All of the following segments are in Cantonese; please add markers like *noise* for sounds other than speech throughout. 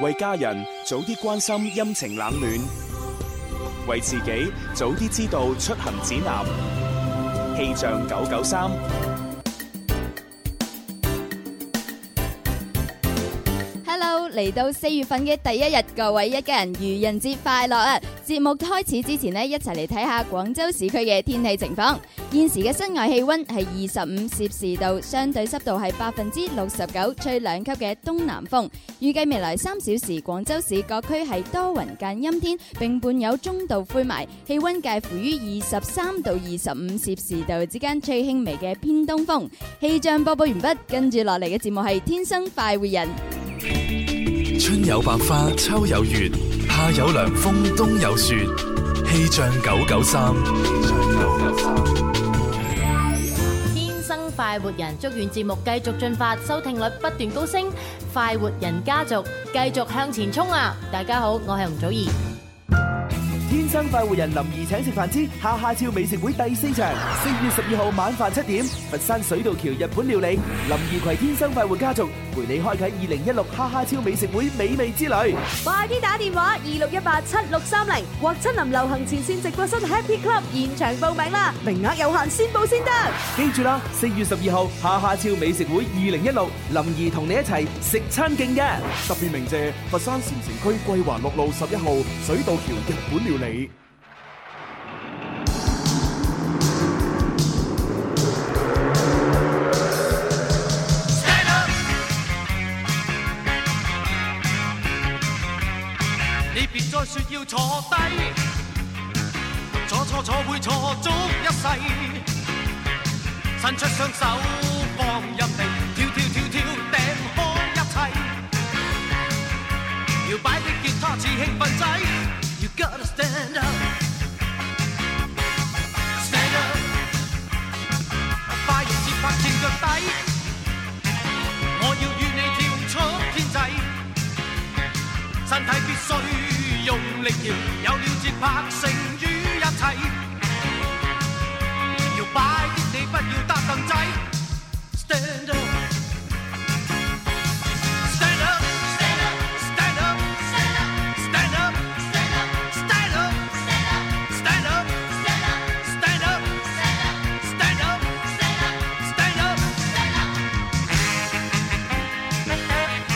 為家人早啲關心陰晴冷暖，為自己早啲知道出行指南。氣象九九三， Hello，嚟到四月份嘅第一日，各位一家人愚人節快樂啊！節目開始之前呢，一齊嚟睇下廣州市區嘅天氣情況。現時嘅室外氣溫係二十五攝氏度，相對濕度係百分之六十九，吹兩級嘅東南風。預計未來三小時，廣州市各區係多雲間陰天，並伴有中度灰霾，氣溫介乎於二十三到二十五攝氏度之間，吹輕微嘅偏東風。氣象播報完畢，跟住落嚟嘅節目係《天生快活人》。春有百花，秋有月，夏有涼風，冬有雪。氣象九九三，天生快活人，祝願節目繼續進發，收聽率不斷高升，快活人家族繼續向前衝啊！大家好，我係吳祖兒。天生快活人林怡請食飯之下下超美食會第四場，四月十二號晚飯七點，佛山水道橋日本料理，林怡攜天生快活家族陪你開啟二零一六下下超美食會美味之旅。快啲打電話二六一八七六三零或親臨流行前線直播室 Happy Club 現場報名啦，名額有限，先報先得。記住啦，四月十二號下下超美食會二零一六，林怡同你一齊食餐勁嘅。特別鳴謝佛山禪城區桂華六路十一號水道橋日本料理。你別再説要坐低，坐坐坐會坐足一世。伸出雙手放任地，跳跳跳跳掟開一切。搖擺的吉他似興奮劑，You gotta stand up。Stand up，快用節拍墊腳底，我要與你跳出天際。身體必須用力搖，有了節拍勝於一切。搖擺的你不要擔凳仔，Stand up。Stand up, stand up, stand up, stand up, stand up, stand up, stand up, stand up, stand up.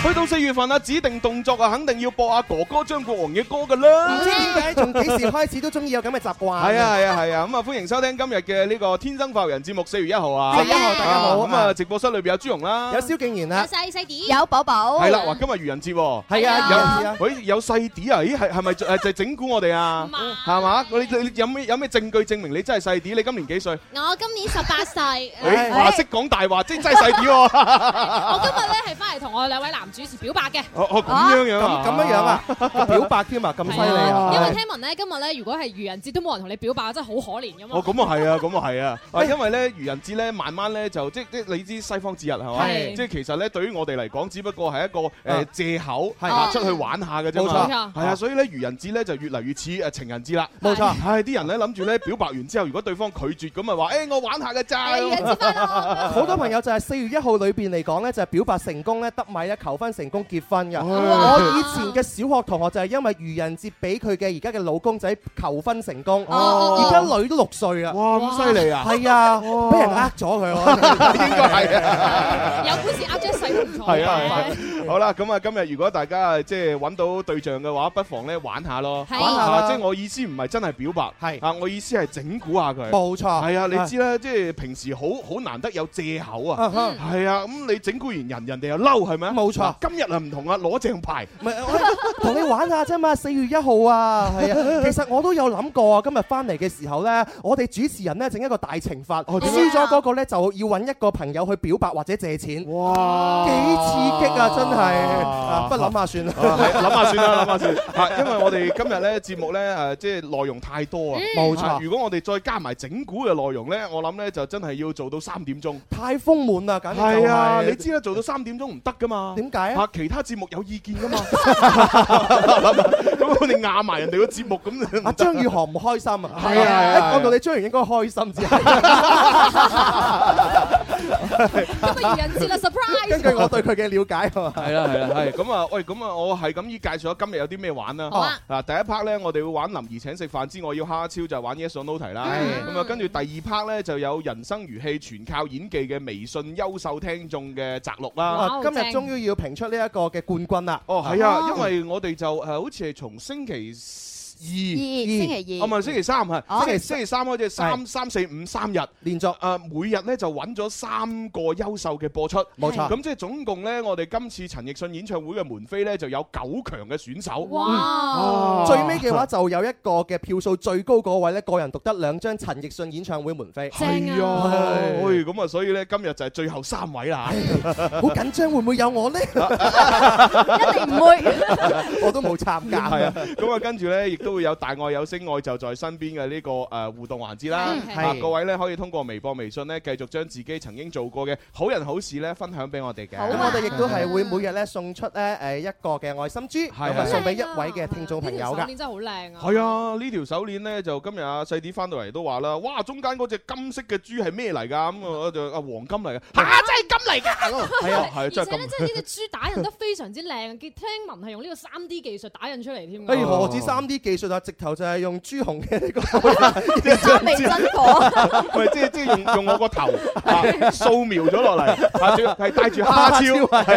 去到四月份啊，指定動作啊，肯定要播阿哥哥張國榮嘅歌㗎啦。唔知點解從幾時開始都中意有咁嘅習慣。嗯係啊係啊係啊！咁啊，歡迎收聽今日嘅呢個《天生快活人》節目，四月一號啊， 4月1號大家好啊咁啊，直播室裏邊有朱容啦，有蕭敬元啦，細細啲，嗯有寶寶，係啦，哇！今日愚人節喎，係啊愚人節啊有喂有細啲啊？咦係係咪就就整蠱我哋啊？係嘛？你你你有咩有咩證據證明你真係細啲？你今年幾歲？我今年十 *laughs* 八歲，誒哎哇！識講大話，即係真係細啲 *laughs* 喎！ *laughs* 我今日咧係翻嚟同我兩位男主持表白嘅。哦哦咁樣樣啊咁咁樣樣啊，表白添啊，咁犀利啊！因為聽聞咧，今日咧如果係愚人節都冇人同你表白，真係好可憐噶嘛。哦，咁啊係啊，咁啊係啊，啊因為咧愚人節咧，慢慢咧就即即你知西方節日係嘛，係即其實咧對於我哋嚟講，只不過係一個誒啊藉口，係啊出去玩下嘅啫嘛，冇哦錯係啊，所以咧愚人節咧就越嚟越似誒情人節啦，冇錯係啲人咧諗住咧表白完之後，如果對方拒絕咁啊話，誒我玩下嘅咋， *laughs* 係愚啊人節快樂！好多朋友就係四月一號裏邊嚟講咧，就係表白成功咧，得米咧，求婚成功結婚哦嘅。我以前嘅小學同學就係因為愚人節俾佢嘅而家嘅老公仔求婚成功，哦而家女都六歲啦。哇咁犀利啊，係啊，俾人呃咗佢我。應該係啊。有本事呃張細都唔錯係啊嘅。，好啦，咁啊，今日如果大家啊即係揾到對象嘅話，不妨咧玩下咯，係玩下啦啊即係我意思唔係真係表白，係啊，我意思係整蠱下佢。冇錯。係啊，你知啦，即係平時好好難得有借口啊。啊哈係啊，咁你整蠱完人，人哋又嬲，係咪啊？冇錯嗱今日啊唔同啊，攞正牌。唔係，我同你玩下啫嘛，四月一號 *laughs* 啊，係啊，其實我都有諗過啊，今日翻嚟嘅時候呢，我哋主持人呢整一個大懲罰，哦啊點輸咗嗰個呢就要揾一個朋友去表白或者借錢，幾哇刺激啊！真係，啊不諗下算啦，係諗下算啦，諗下算。啊，因為我哋今日咧節目咧誒，即係內容太多嗯啊。冇啊錯，如果我哋再加埋整蠱嘅內容咧，我諗咧就真係要做到三點 *laughs* 鐘。 *laughs* 太豐滿啦，簡直就係啊，你係知啦，做到三點鐘唔得噶嘛。點解啊啊？其他節目有意見 *laughs* 噶嘛？咁我哋壓埋人哋個節目咁。阿張宇航唔開心啊！係啊係啊一講到你張宇應該開心至係。今日愚人節啦，surprise！根據我對佢嘅了解，係嘛系啦系啦系咁啊，喂，咁啊，我係咁依介紹下今日有啲咩玩啦。好啊嗱，第一 part 咧，我哋會玩林怡請食飯之外，要蝦超就玩 Yes or No 題啦。嗯咁啊，跟住第二 part 咧就有人生如戲，全靠演技嘅微信優秀聽眾嘅摘錄啦啊。今日終於要評出呢一個嘅冠軍啦！哦，係啊，因為我哋就誒呃好似係從星期二，星期二啊唔係星期三係哦星期星期三開始三三四五三日連續啊，每日咧就揾咗三個優秀嘅播出，冇錯咁即係總共咧，我哋今次陳奕迅演唱會嘅門飛咧就有九強嘅選手。嗯最尾嘅話就有一個嘅票數最高嗰位咧，個人獨得兩張陳奕迅演唱會門飛，係啊，喂，咁啊，所以咧今日就係最後三位啦，好 *laughs* 緊張，會唔會有我呢？一定唔會， *laughs* 我都冇參加。係啊，咁啊，跟住咧，亦都會有大愛有聲愛就在身邊嘅呢個誒互動環節啦。係係啊，各位咧可以通過微博、微信咧，繼續將自己曾經做過嘅好人好事咧分享俾我哋嘅。咁我哋亦都係會每日咧送出咧誒一個嘅愛心珠，咁啊係送俾一位嘅聽眾朋友手㗎鏈真。係好靚啊！係啊，呢條手鏈咧就今日阿細啲翻到嚟都話啦，哇，中間嗰隻金色嘅珠係咩嚟㗎？咁我就啊黃金嚟嘅，嚇啊真係金 *laughs* 嚟㗎！係啊，係而真且係咧，真係呢咁。只豬打印得非常之靚，聽聞係用呢個三 D 技術打印出嚟添㗎。哎，何止三 D 技術啊，直頭就係用朱紅嘅呢個 *laughs* 三味真 *laughs* 唔係即係即係用用我 *laughs* 個頭啊掃描咗落嚟，啊仲要係戴住蝦超，係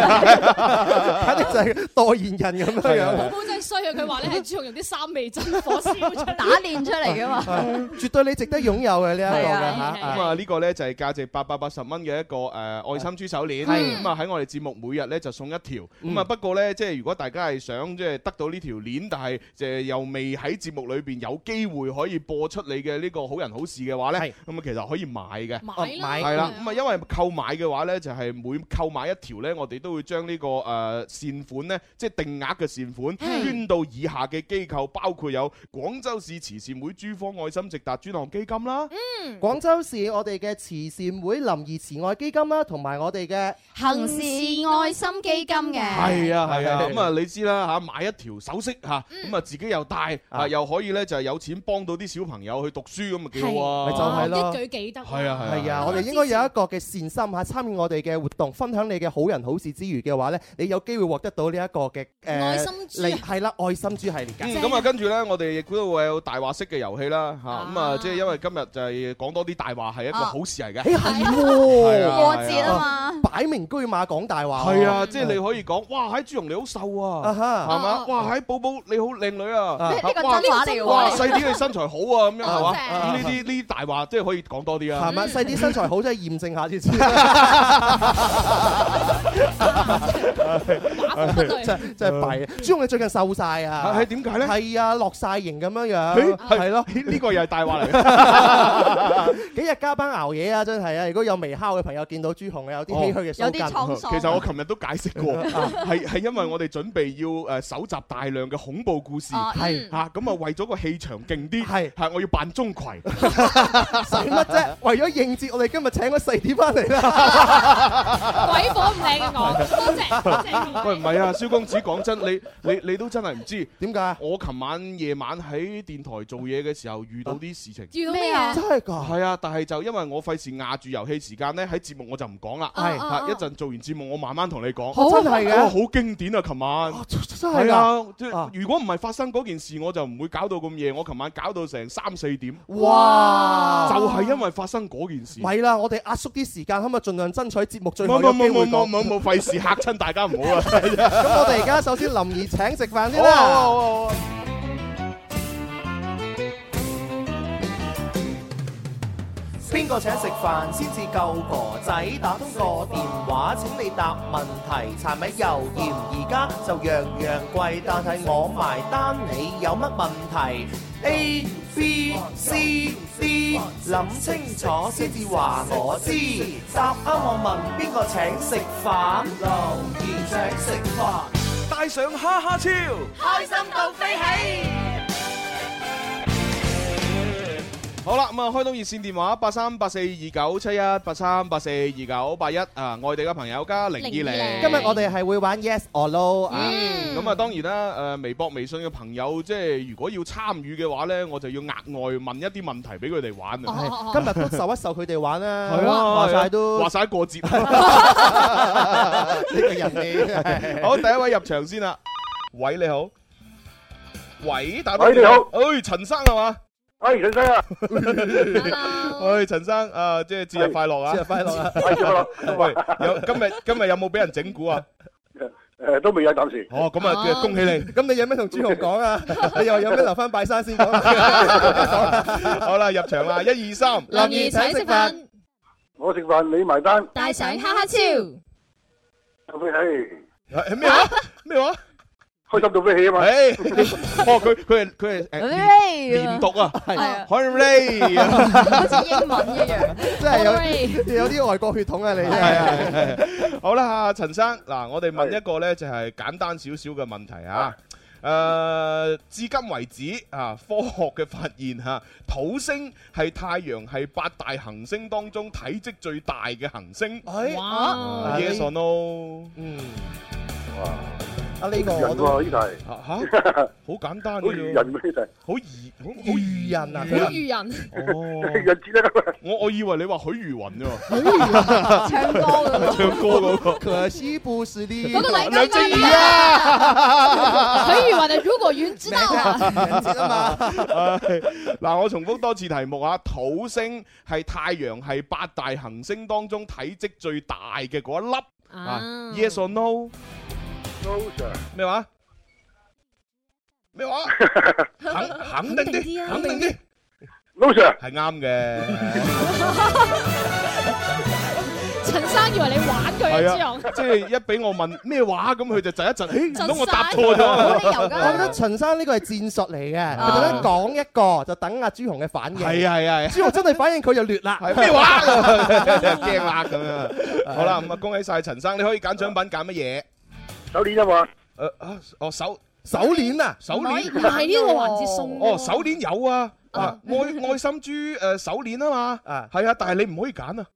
*laughs* 啊簡直就係代言人咁樣樣。寶寶真係衰啊！佢話咧係朱紅用啲三味真火燒出嚟打練出嚟 *laughs* 㗎嘛係絕對你值得擁有嘅呢一個係嘅啊嚇。咁啊呢個咧就係價值八百八十蚊嘅一個誒愛心珠手鏈，係咁啊喺我哋節目每日咧就送一條，嗯咁啊不過咧即係如果大家係想即係得到呢條鏈，但係誒又未喺節目裏邊有機會可以播出你嘅呢個好人好事嘅話咧，咁啊其實可以買嘅，哦買啦買係啦，咁啊因為購買嘅話咧就係每購買一條咧，我哋都會將呢個誒善款咧，即係定額嘅善款嗯捐到以下嘅機構，包括有廣州市慈善會珠科愛心直達專項基金啦。廣州市我哋嘅慈善會林怡慈愛基金啦，同埋我哋嘅行事愛心基金嘅，嗯係啊係啊，咁啊你知啦嚇，買一條首飾嚇，嗯咁啊自己又戴啊，又可以咧就係有錢幫到啲小朋友去讀書咁啊幾好啊，咪就係哦咯，係啊係係啊，我哋應該有一個嘅善心嚇，參與我哋嘅活動，分享你嘅好人好事之餘嘅話咧，你有機會獲得到呢一個嘅誒愛心豬啊利係啦，愛心豬系列嗯㗎。Ừ, 咁啊，跟住呢，我哋亦都會有大話式嘅遊戲啦，À。嚇咁啊，即係因為今日就係講多啲大話係一個好事嚟嘅。誒係喎，係啊過節啊嘛，哦擺明居馬講大話哦喎。係啊，即係你可以講，哇！喺朱紅你好瘦啊，啊哈係嘛？哇！喺寶寶你好靚女啊，呢呢個哇真話嚟喎哇！細啲你身材好啊，咁樣係嘛？啊咁呢啲呢啲大話即係可以講多啲啊。係咪細啲身 *laughs* 材好，真係驗證下先知。真真係弊啊！朱紅你最近瘦晒啊？嗯係點解咧？係啊，落晒型咁樣誒樣，係咯。呢個又係大話嚟。幾日加班熬夜啊，真係啊！如果有微烤嘅朋友見到朱紅，有啲唏噓嘅哦手筋。其實我琴日都解 *laughs* 釋過，啊係係因為我哋準備要誒呃搜集大量嘅恐怖故事，哦嗯係嚇咁啊，為咗個氣場勁啲，係係我要扮鍾馗， *laughs* 使乜啫？為咗應節，我哋今日請咗四點翻嚟啦。 *laughs* 鬼火唔靚嘅啊我，哦多謝多謝。 *laughs* 喂，唔係啊，蕭公子講真，你你你都真係唔知點解？啊我琴晚夜晚喺電台做嘢嘅時候遇到啊啲事情。遇到咩啊？真係㗎？係啊，但係就因為我費事壓住遊戲時間咧，喺節目我就唔講啦。係嚇一陣做完節目，我慢慢同你講。哦真啊係嘅哇好經典啊！琴晚真係係啊㗎！即係如果唔係發生嗰件事，我就唔會搞到咁夜。我琴晚搞到成三四點。哇就係因為發生嗰件事。咪啦，我哋壓縮啲時間，可唔可以盡量爭取節目最後冇嘅冇機會冇講冇冇冇，費事嚇親大家唔好啊！ *laughs* *laughs* 咁我哋而家首先林怡請食飯先好啊好啊啦。好啊邊個請食飯先至夠哥仔？打通個電話請你答問題，柴米油鹽而家就樣樣貴，但係我埋單，你有乜問題？A B C D，諗清楚先至話我知。答啱我問邊個請食飯？留言請食飯，帶上哈哈超，開心到飛起。好啦，咁啊，開通熱線電話八三八四二九七一八三八四二九八一啊，外地嘅朋友加零二零。今日我哋係會玩 Yes or No à. 啊。嗯，咁啊，當然啦，誒，微博、微信嘅朋友，即係如果要參與嘅話咧，我就要額外問一啲問題俾佢哋玩啊。今日都受一受佢哋玩啦，係啊，話晒都話晒過節。呢個 *laughs* 人你好，第一位入場先啦。喂，你好。喂，大喂你好誒，陳生係嘛？哎，陳生啊，喂，陳生啊，即係節日快樂啊！節日快樂啊節日快樂！喂，有今日今日有冇俾人整蠱啊？ *laughs* 誒都未有暫時。哦，咁啊，恭喜你！咁你有咩同朱紅講 *laughs* 啊？你又有咩留翻拜山先講啊？好啦，入場啦，一二三，林兒請食飯，我食飯你埋單。帶上哈哈超，到飛起。係啊咩啊話？咩話？開心到飛起啊嘛！哦，佢佢係佢哎係誒連 Hooray 連讀啊，係啊 Hooray 啊好似英文一樣，真係有有啲外國血統啊！你真係啊係係係 *laughs* 好啦，陳生，嗱，我哋問一個咧就係簡單少少嘅問題啊。誒、至今為止啊，科學嘅發現嚇、土星係太陽系八大行星當中體積最大嘅行星。哎哇啊，yes or no？嗯，啊哇！啊呢個我人都喎呢題，好簡單好嘅愚啫人喎呢題，好愚好愚人啊！好愚人，人我我以為你話許茹芸啫喎。唱歌嘅，唱歌嗰個。可惜不是你。嗰個黎梁嘉靜欣怡 *laughs* 啊，許茹芸啊，如果遠知道啊， *laughs* 唉嗱，我重複多次題目啊！土星係太陽系八大行星當中體積最大嘅嗰一粒啊啊！Yes or no？ No sir，咩 *laughs* 話？咩 *laughs* 話？肯肯定啲，啊肯定啲。 No sir 係啱嘅，陳生以為你玩佢啊，係朱啊紅，，即係一俾我問咩話，咁佢就窒一窒，誒，唔通我答錯咗我啊？覺得陳生呢個係戰術嚟嘅，佢覺得講一個就等阿朱紅嘅反應。係啊係啊係啊朱紅真係反應佢就劣啦。咩 *laughs* 話？*laughs* 驚啦咁啊！好啦，咁啊，恭喜晒陳生，你可以揀獎品揀乜嘢？手鏈啊嘛。誒啊！哦手手鏈啊！手鏈唔係呢個環節送哦，手鏈有啊。啊，愛愛心豬誒手鏈啊嘛，係啊，但係你唔可以揀啊，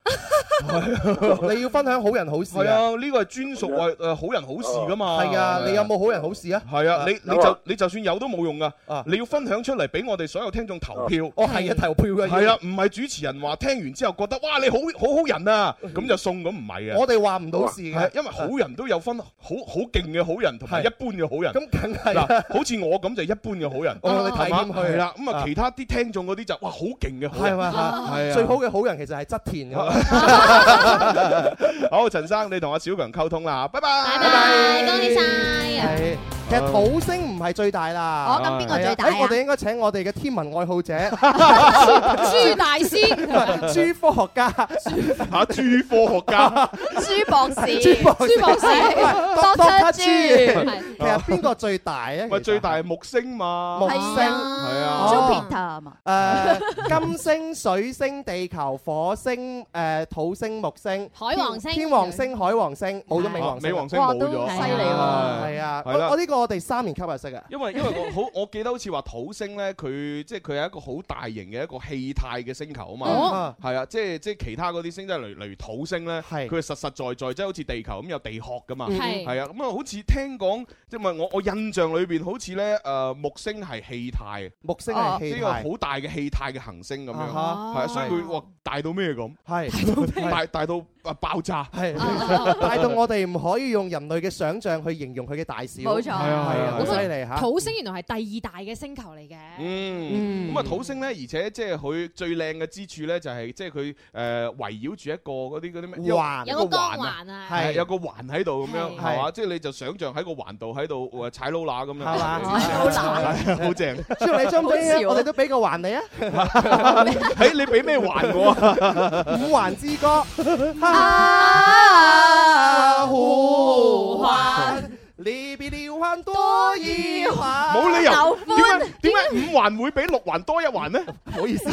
你要分享好人好事係啊，呢個係專屬為誒好人好 Ờ. 事噶嘛，係啊，你有冇好人好事啊？係啊，你你有啊就你就算有都冇用噶，你要分享出嚟俾我哋所有聽眾投票。哦係啊投票嘅要係啊，唔係主持人話聽完之後覺得哇你好好好人啊，咁就送咁唔係嘅。嗯我哋話唔到事嘅係啊因為好人都有分好好勁嘅好人同埋一般嘅好人。咁梗係嗱啦，好似我咁就一般嘅好人，哦你睇係嘛見佢係啦。咁啊啊，其他啲聽眾嗰啲就哇好勁嘅好係人，嘛 *laughs* 係啊，哦最好嘅好人其實係側田㗎嘛。好，陳生，你同阿小強溝通啦，拜拜。係其實土星唔係最大啦。哦咁邊個最大係啊哎我哋應該請我哋嘅天文愛好者朱大師 *laughs* 朱科學家、嚇啊朱科學家、朱博士朱 *laughs* 博士、朱博士多多朱。出係豬其實邊個最大咧？咪最大係木星嘛，木星 à. 哦係啊。 Jupiter 嘛，誒，金星、水星、地球、火星、誒土星、木星、海王星天王星、海王星，冇咗冥王星，冥王星冇咗，係啊，係我啦我呢個我哋三年級就識啊。因為因為我好，我記得好似話土星咧，佢即係佢係一個好大型嘅一個氣態嘅星球啊嘛哦，係啊，即係即係其他嗰啲星，即係例如例如土星咧，佢係實實在在，即係好似地球咁有地殼噶嘛，嗯係啊，咁啊好似聽講，即係唔係我我印象裏邊好似咧誒木星係氣態，木星係氣態呢個好大嘅氣態嘅行星咁樣，啊係哈啊，所以佢哇大到咩咁，係 *laughs* 大大到哦啊爆炸，係 *laughs* 大到我哋唔可以用人類嘅想像去形容佢嘅大小。冇錯係係啊，啊係啊，好咁啊犀利嚇。土星原來係第二大嘅星球嚟嘅， *laughs* 嗯，咁啊土星咧，而且即係佢最靚嘅之處咧，就係即係佢誒圍繞住一個嗰啲嗰啲咩環一有個光環啊係係有個環喺度咁樣，係係嘛？即係你就想像喺個環度喺度誒踩撈乸咁樣，係嘛係啊好正。 *laughs* 朱紅你將唔將我哋都俾個環你啊？ *laughs* 誒，你俾咩環我啊？五 *laughs* 環之歌，啊五五環環，離別了環多一環。冇理由，點解點解五環會比六環多一環呢？唔好意思，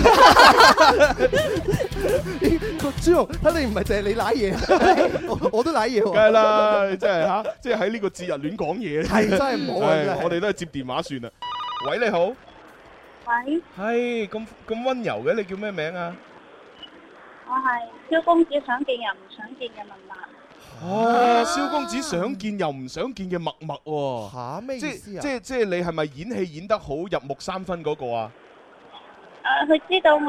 朱紅，睇你唔係淨係你賴 *laughs* 嘢，我我都賴嘢喎。梗係啦，真係嚇，即係喺呢個節日亂講嘢，係真係唔好啊唉真係 à. 我哋都係接電話算啦。喂，你好，喂，係咁咁温柔嘅，你叫咩名啊？我係蕭公子想見又唔想見嘅文文。哦，蕭公子想見又唔想見嘅默默喎。嚇咩意即思啊即即係你係咪演戲演得好入木三分嗰個啊？誒，佢知道我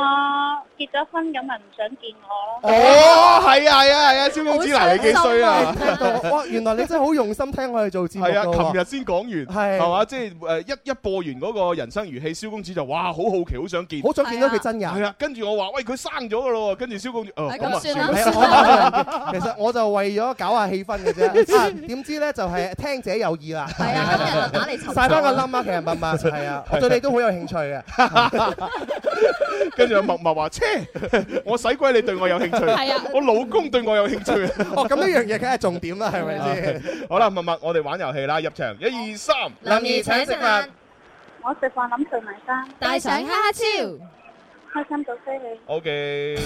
結咗婚，咁咪唔想見我咯。哦，係啊係啊係啊，蕭公子嗱你幾衰啊！聽到哇，原來你真係好用心聽我哋做節目係啊，㗎喎 à, 琴日先講完，係係嘛？即係誒一一播完嗰個《人生如戲》，蕭公子就哇好好奇，好想見，好想見到佢真人係啊，跟住我話喂佢生咗㗎咯喎，跟住蕭公子哦哎係咁啊係啊我其實我就為咗搞下氣氛嘅 *laughs* 啫，啊點知咧就係聽者有意啦。係啊，今日就打嚟尋仇晒翻個冧啊！其實 *laughs* 默默係啊，我對你都好有興趣嘅。 *laughs* 跟住阿默默話：，切， *laughs* 我使鬼你對我有興趣，係啊我老公對我有興趣。 *laughs* 哦，咁呢樣嘢梗係重點啦，係咪先？啊好啦，默默，我哋玩遊戲啦，入場，一二三，林兒請食飯。我食飯諗睡埋單，帶上哈哈超，開心到飛起。 O K。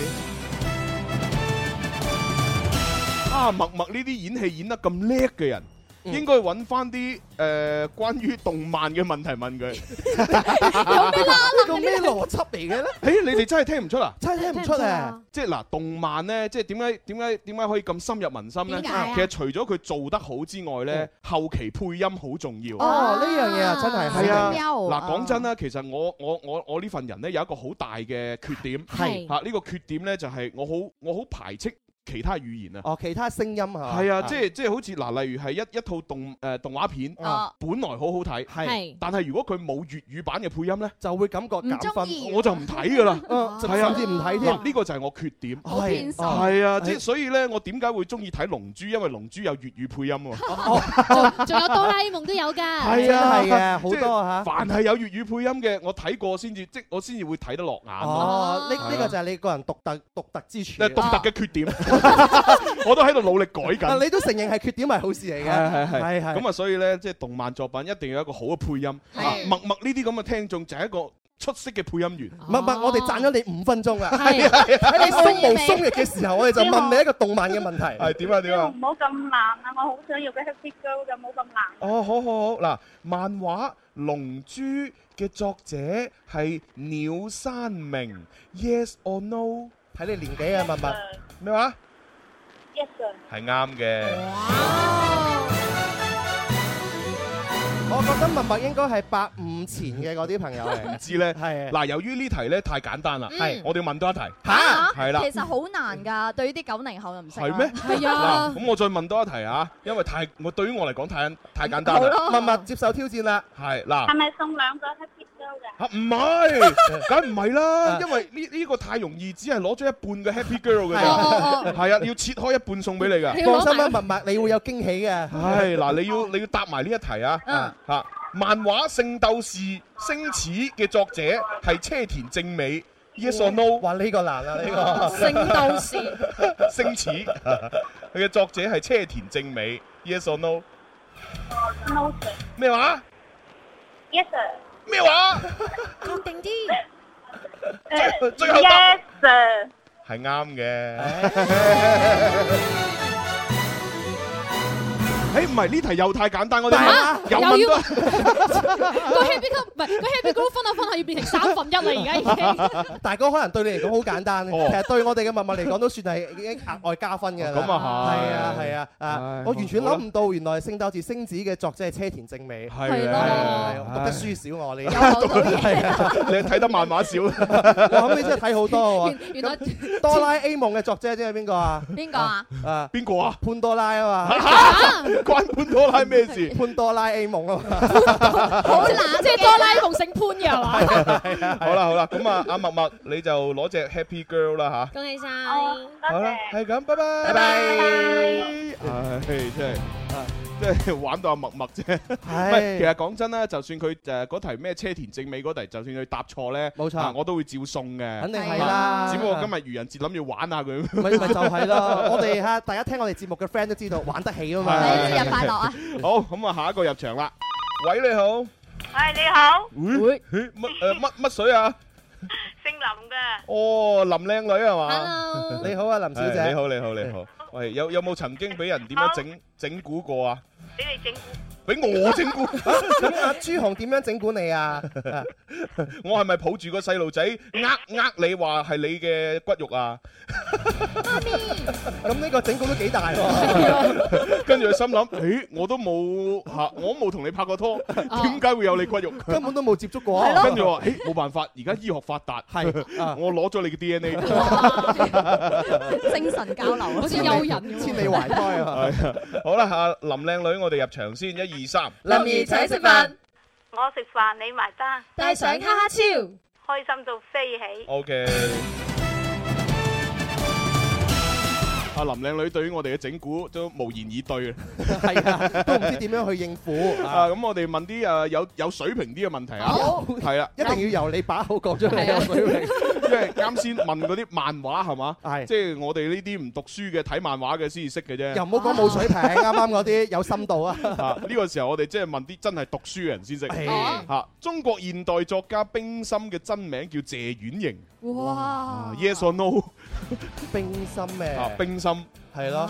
啊，默默呢啲演戲演得咁叻嘅人。應該揾翻啲誒關於動漫嘅問題問 *laughs* 佢，呢個咩邏輯嚟嘅咧？ *laughs* 誒你哋真係聽唔出啊？真係聽唔出啊！！即係嗱，動漫咧，即係點解點解點解可以咁深入民心咧？點解啊嗯其實除咗佢做得好之外咧，後期配音好重要。哦，呢樣嘢啊，真係係啊，嗱講真啦，其實我我我我呢份人咧有一個好大嘅缺點，係嚇呢個缺點咧就係我好我好排斥其他語言啊。哦，其他聲音啊，係啊，即係即係好似嗱，例如係一一套動誒動畫片，啊本來好好睇，係但係如果佢冇粵語版嘅配音咧，就會感覺減分唔中意我就唔睇 *laughs* 㗎啦，嗯係甚啊至唔睇添嗱呢個就係我缺點，好偏心係啊，係即係所以咧，我點解會中意睇《龍珠》？因為《龍珠》有粵語配音哦喎。仲仲有哆啦 A 夢都有㗎。 *laughs* 係啊，係啊好多即係啊凡係有粵語配音嘅，我睇過先至，即我先至會睇得落眼啊咯。哦，呢呢個就係係你個人獨特獨特之處。啊獨特嘅缺 *laughs* 點， *laughs* 我都喺度努力改但緊。啊你都承認係缺點係好事嚟嘅，係係係係係咁啊，所以咧，即係動漫作品一定要有一個好嘅配音。啊默默呢啲咁嘅聽眾就係一個出色嘅配音員。默默，我哋讚咗你五分鐘啊啦。係喺你鬆毛鬆翼嘅時候，我哋就問你一個動漫嘅問題。係點啊點啊唔好咁難啊！我好想要嘅 Happy Girl 就冇咁難。哦，好好好，嗱，漫畫《龍珠》嘅作者係鳥山明，Yes or No？睇你年紀啊，默默。咩話？ Yes sir。係啱嘅。我覺得默默應該係八五前嘅嗰啲朋友嚟唔。知咧，啊係嗱，由於呢題咧太簡單啦，係我哋問多一題，嚇係啦，其實好難㗎，對於啲九零後就唔識啦。係咩？係啊嗱，。咁我再問多一題啊，因為太我對於我嚟講太太簡單啦，默默接受挑戰啦。係嗱係。咪送兩個 Happy Girl 㗎？嚇唔係，梗唔係啦啊，因為呢呢個太容易，只係攞咗一半嘅 Happy Girl 嘅哦啫，係啊，要切開一半送俾你㗎。放心啦，啊默默，你會有驚喜嘅。唉，嗱，*laughs* 你要你要答埋呢一題啊嗯，嚇！漫畫《聖鬥士星矢》嘅作者係車田正美，Yes or No？哇，呢個難啊，呢 *laughs* 個聖鬥士星矢， *laughs* 佢嘅作者係車田正美，Yes or No？ No sir。咩話？ Yes sir。咩話？確定啲。最 *laughs* 最後答 Yes sir。係啱嘅。 *laughs* 誒唔係呢題又太簡單，我哋嚇又又問要 *laughs* *laughs* 多。個 happy cup 唔係個 happy cup 分下分下要變成三分一啦，而家已 *laughs* 經。 *laughs* 大哥可能對你嚟講好簡單，其哦實對我哋嘅默默嚟講都算係已經額外加分嘅啦。咁啊係係啊係啊唉啊！我完全諗唔到，原來《聖鬥士星矢》嘅作者係車田正美。係啦係係讀唉得書少我你， *laughs* 係啊你睇得 *laughs* 漫畫少，我後尾真係睇好 *laughs* 多喎喎。原來哆啦 A 夢嘅作者即係邊個啊？邊個啊？啊，邊個啊？潘多拉啊嘛，關 *laughs* 潘多拉咩事？ *laughs* 潘多拉 A 夢啊 *laughs* 嘛，好難，即係哆啦 A 夢姓潘嘅係 *laughs* 嘛？好啦好啦，咁啊阿默默你就攞隻 Happy Girl 啦恭喜晒！吓，好啦，係咁，拜拜，拜拜，唉，真係。即係玩到阿默默啫，唔係其實講真啦，就算佢誒嗰題咩車田正美嗰題，就算佢答錯咧，冇錯，我都會照送嘅，肯定係啦只不過今日愚人節諗住玩下佢，咪咪就係咯。我哋嚇大家聽我哋節目嘅 friend 都知道玩得起啊嘛。係節日快樂啊！ *laughs* 好，咁啊下一個入場啦，喂你好，喂，你好，喂乜誒乜乜水啊？姓林嘅，哦，林靚女係嘛嗯 Hello 你好啊林小姐係 *laughs* 你好，你好，你好。喂，有有冇曾經俾人點樣整整蠱過啊？俾你整蠱俾我整蠱，咁阿朱紅點樣整蠱你啊？我係咪抱住個細路仔呃呃你話係你嘅骨肉啊？咁呢個整蠱都幾大係喎。跟住佢心諗，誒我都冇嚇，我冇同你拍 *laughs* 過拖，啊點解會有你骨肉？根本都冇接觸過啊係咯跟住我話，誒冇辦法，而家醫學發達， *laughs* 係我攞咗你 *laughs* 嘅 DNA，精神交流 *laughs* 啊，好似幽人咁。千里懷胎啊！係啊好啦，阿林靚女，我哋入場先，一二三，林兒請食飯我食飯你埋單，帶上哈哈超開心到飛起。 O K。阿林靚女對於我哋嘅整蠱都無言以對係啊，都唔知點樣去應付啊！咁我哋問啲誒有有水平啲嘅問題啊，係啦，一定要由你把口講出 *laughs* 嚟啊！水平因為啱先問嗰啲漫畫係嘛，即係我哋呢啲唔讀書嘅睇漫畫嘅先至識嘅啫。又唔好講冇水平，啊啱啱嗰啲有深度啊！ *laughs* 啊！呢個時候我哋即係問啲真係讀書嘅人先識。係嚇，中國現代作家冰心嘅真名叫謝婉瑩。啊哇！Yes or no？冰心啊咩？，冰心係咯。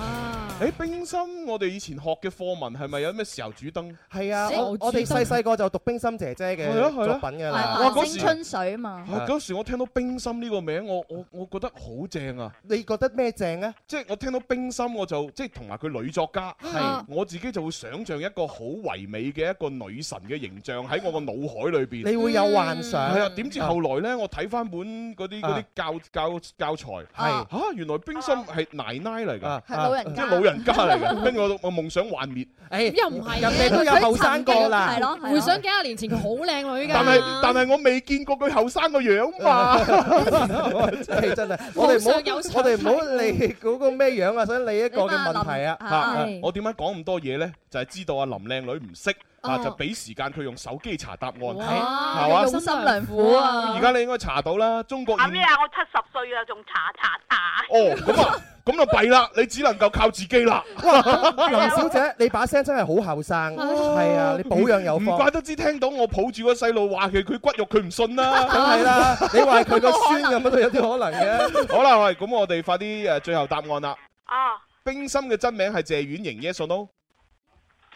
誒，冰心，我哋以前學嘅課文係咪有咩時候主燈？係啊，我我哋細細個就讀冰心姐姐嘅係啊係作啊品㗎係啦。啊哇嗰時水嘛啊嗰時我聽到冰心呢個名，我我我覺得好正啊！你覺得咩正啊？即係我聽到冰心，我就即係同埋佢女作家，係我自己就會想像一個好唯美嘅一個女神嘅形象喺我個腦海裏邊。你會有幻想啊係啊，點知後來呢，我睇翻本嗰啲嗰啲教教教材，係啊嚇啊原來冰心係奶奶嚟㗎，係老人即家係老人家嚟嘅。跟住我我夢想幻滅，誒又唔係人哋都有後生過啦係咯係咯回想幾廿年前佢好靚女㗎。但係啊但係我未見過佢後生個樣嘛。係真係，我哋唔好網上有相睇我哋唔好理嗰個咩樣啊，想理一個嘅問題啊。嚇係我點解講咁多嘢呢？就係知道阿林靚女唔識。啊！哦就俾時間佢用手機查答案，係哇嘛？用心良苦啊而家你應該查到啦，中國啊現咩啊！我七十歲啊，仲查查查。哦，咁啊，咁就弊啦，你只能夠靠自己啦。 *laughs* 哇，林小姐，你把聲真係好後生，係啊，你保養有唔方。怪得知聽到我抱住個細路話佢佢骨肉，佢唔信啦。梗係 *laughs* 啦你話佢個孫咁樣都有啲可能嘅。好啦，喂，咁我哋快啲誒最後答案啦。啊冰心嘅真名係謝婉瑩，yes or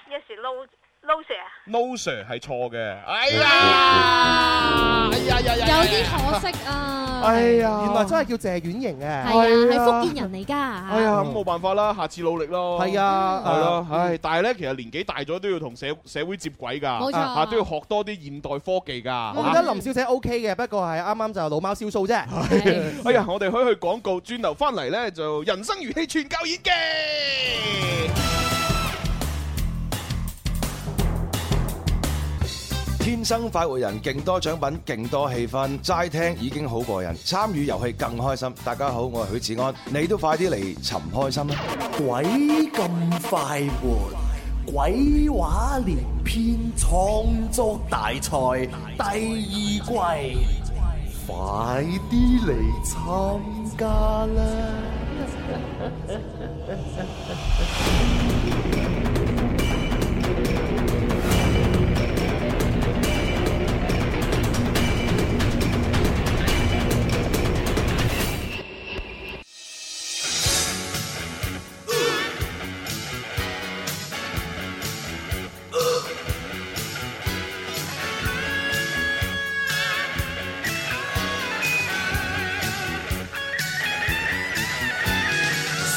，yes no no sir 啊。 no？No sir 係錯嘅。哎呀，哎呀呀呀有啲可惜啊！原來真係叫謝婉瑩嘅，係啊，係福建人嚟㗎。哎呀，咁冇辦法啦，下次努力咯。係啊係咯，嗯唉，但係咧，其實年紀大咗都要同社社會接軌㗎，冇錯嚇都要學多啲現代科技㗎。啊我覺得林小姐 O K 嘅，不過係啱啱就老貓燒數啫。 *laughs* 哎呀，我哋可以去廣告，轉頭翻嚟咧就人生如戲全教演技。天生快活人，勁多獎品，勁多氣氛，齋聽已經好過癮，參與遊戲更開心。大家好，我係許志安，你都快啲嚟尋開心啦！鬼咁快活，鬼話連篇創作大賽第二季，快啲嚟參加啦！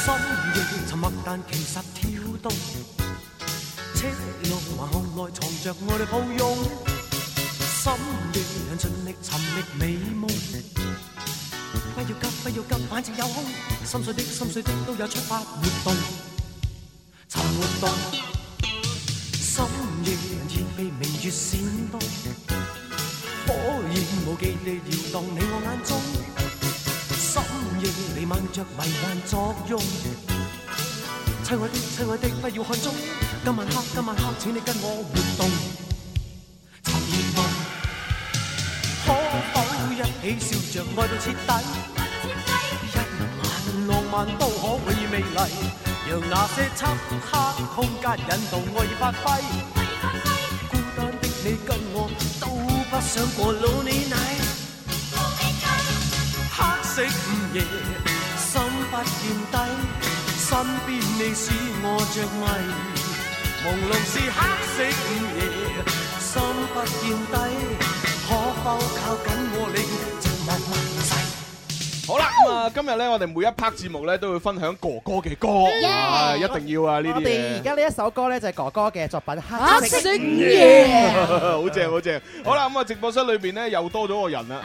心亦沉默，但其實跳動。赤裸華項內藏着我哋抱擁，心亦人盡力尋覓美夢。不要急，不要急，反正有空。心碎的，心碎的都有出發活動，尋活動。心亦人天被明月閃動，火焰無忌地搖動你我眼中。心亦弥漫着迷幻作用。親愛的，親愛的，不要看鐘，今晚黑，今晚黑，請你跟我活動，尋熱夢。可否一起笑着愛到徹底？一晚浪漫都可以美麗，讓那些漆黑空間引導我已發揮。孤單的你跟我都不想過老你奶。黑色午夜，心不見底，身邊你使我着迷。無論是黑色午夜，心不見底，可否靠緊我你做夢世？好啦，咁啊，今日咧，我哋每一 part 節目咧都會分享哥哥嘅歌，啊一定要啊呢啲我哋而嘢。家呢一首歌咧就係哥哥嘅作品《黑黑色色午午夜夜》。 *laughs* 好正好正，好啦咁啊！直播室裏邊咧又多咗個人啦，啊，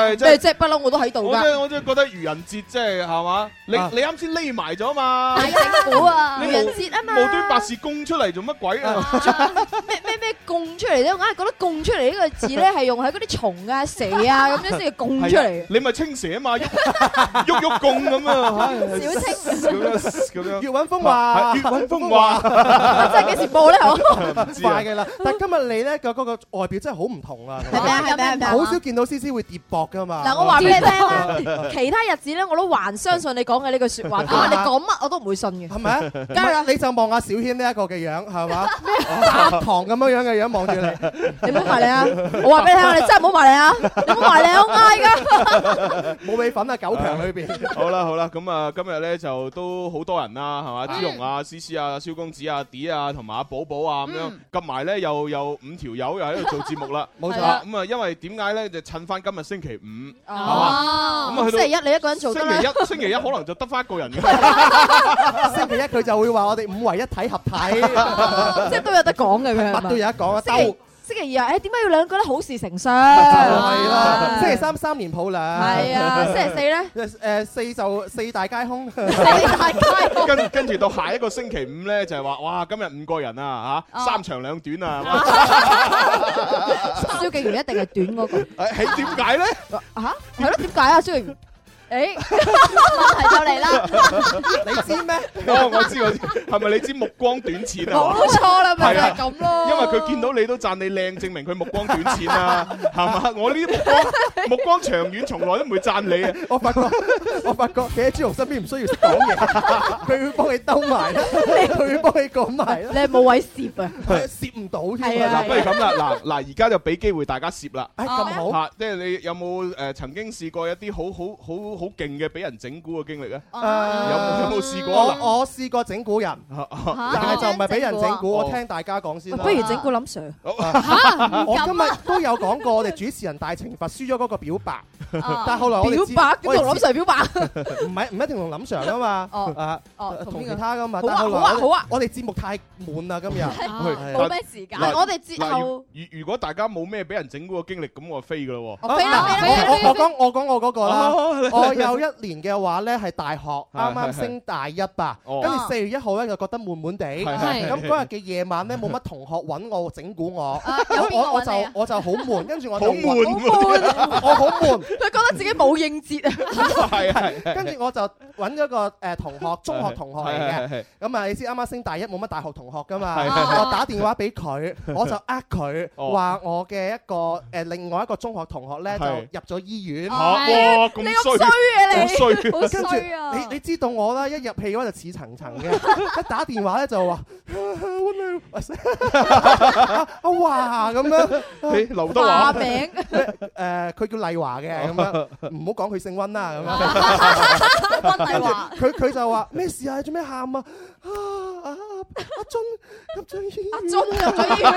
唉咩真係啫？不嬲我都喺度我真係㗎。我真係覺得愚人節即係係嘛？你啊你啱先匿埋咗嘛？係啊整蠱啊 *laughs* 你無愚人節啊嘛無端白事供出嚟做乜鬼啊？咩咩咩供出嚟咧？我硬係覺得供出嚟呢個字咧係用喺嗰啲 *laughs* 蟲啊、蛇啊咁樣先至供出係嚟啊。你咪青蛇啊嘛，喐 *laughs* 喐喐供咁啊，唉小青咁樣咁 *laughs* 樣。葉韻風話係葉韻風話，真係幾時 *laughs* 播咧？唔知啊快嘅啦！但係今日你咧個嗰個外表真係好唔同啊！ *laughs* 係咪啊係咪啊係咪啊好少見到思思會跌膊噶嘛？嗱，我話俾你聽 *laughs* 啦， *laughs* 其他日子咧我都還相信你講嘅呢句説話，因為你講乜我都唔會信嘅。係係咪啊？梗係啦，你就望下小軒呢一個嘅樣係嘛？砂糖咁樣樣嘅樣望 *laughs* 住你，你唔好埋嚟啊！我話俾你聽，你真係唔好埋嚟啊！你唔好埋嚟 *laughs* 啊，我嗌㗎。*laughs* 冇尾粉啊，九強裏邊。好啦好啦，咁啊今日咧就都好多人啦，係嘛？朱容啊、思思啊、蕭公子啊、D 啊，同埋阿寶寶啊咁樣，夾埋咧又又五條友又喺度做節目 *laughs* 啦。冇錯啊咁啊，因為點解咧就趁翻今日星期五，係嘛？咁啊哦，去星到期一你一個人做得星啦期。一星期一可能就得翻一個人嘅。星期一佢就會話我哋五為一體合體， *laughs* 即係都有得講嘅佢係嘛乜都有得講啊！星期星期二啊，誒點解要兩個咧好事成雙？係啦，星期三三年抱兩，係啊星期四咧， *laughs* 誒四就四大 *laughs* 皆空，跟跟住到下一個星期五咧，就係話哇，今日五個人啊哦嚇，三長兩 *laughs* 短啊，蕭敬元一定係短嗰個。係點解咧？嚇係咯？點解啊？蕭敬元，誒問題就嚟啦。你知咩？ *laughs* 哦，我知我知，係咪你知目光短淺啊？冇錯啦咪就係係啊咁咯因為佢見到你都讚你靚，證明佢目光短淺啦，係嘛？我呢啲目光目光長遠，從來都唔會讚你啊！我發覺我發覺企喺朱紅身邊唔需要識講嘢，佢會幫你兜埋啦，佢會幫你講埋啦。你係冇位攝啊？攝唔到添啊嗱不如咁啊啦，嗱嗱，而家就俾機會大家攝啦。咁好嚇，即係你有冇誒曾經試過一啲好好好好勁嘅俾人整蠱嘅經歷咧？啊有冇有冇試過啊？啊我我試過整蠱人，但係就唔係俾人整哦蠱，我聽大家講先啦。哦啊不如整蠱林 Sir。我啊今日都有講過，我哋主持人大懲罰輸咗嗰個表白，但係後來我哋知哦表白點我哋 *laughs* 同林知 Sir 表白？唔係唔一定同林 Sir 噶嘛，哦啊哦同同邊個其他噶嘛，好啊但係後來好啊我好啊我哋節目太悶啦今日，係係咩時間嗱我哋之嗱後如如如果大家冇咩俾人整蠱嘅經歷，咁我飛噶咯啊喎。嗱我我我講我講我嗰個啦哦你，我有一年嘅話咧係大學啱係啱係升大一吧，哦跟住四月一號咧就覺得悶悶地，係咁嗰日嘅夜晚咧冇乜同學揾我整蠱我，有我邊個我揾我你就啊我就好悶，跟住我就好悶我好悶。佢覺得自己冇應節啊。係係係跟住我就揾咗個誒同學，中學同學嚟係係係嘅。咁啊，你知啱啱升大一冇乜大學同學噶嘛？係係係我打電話俾佢，我就呃佢哦話我嘅一個誒另外一個中學同學咧係就入咗醫院。嚇哇咁你咁衰衰嘅你咁衰好跟衰啊住你你知道我啦，一入戲嗰就似層層 *laughs* 嘅，一打電話咧就話阿華咁樣。咦劉德華化名誒，佢叫麗 *laughs* 華嘅咁樣，唔好講佢姓温啦咁樣。跟住佢佢就話咩事啊？你做咩喊啊？啊啊阿俊入咗醫院，阿俊入咗醫院，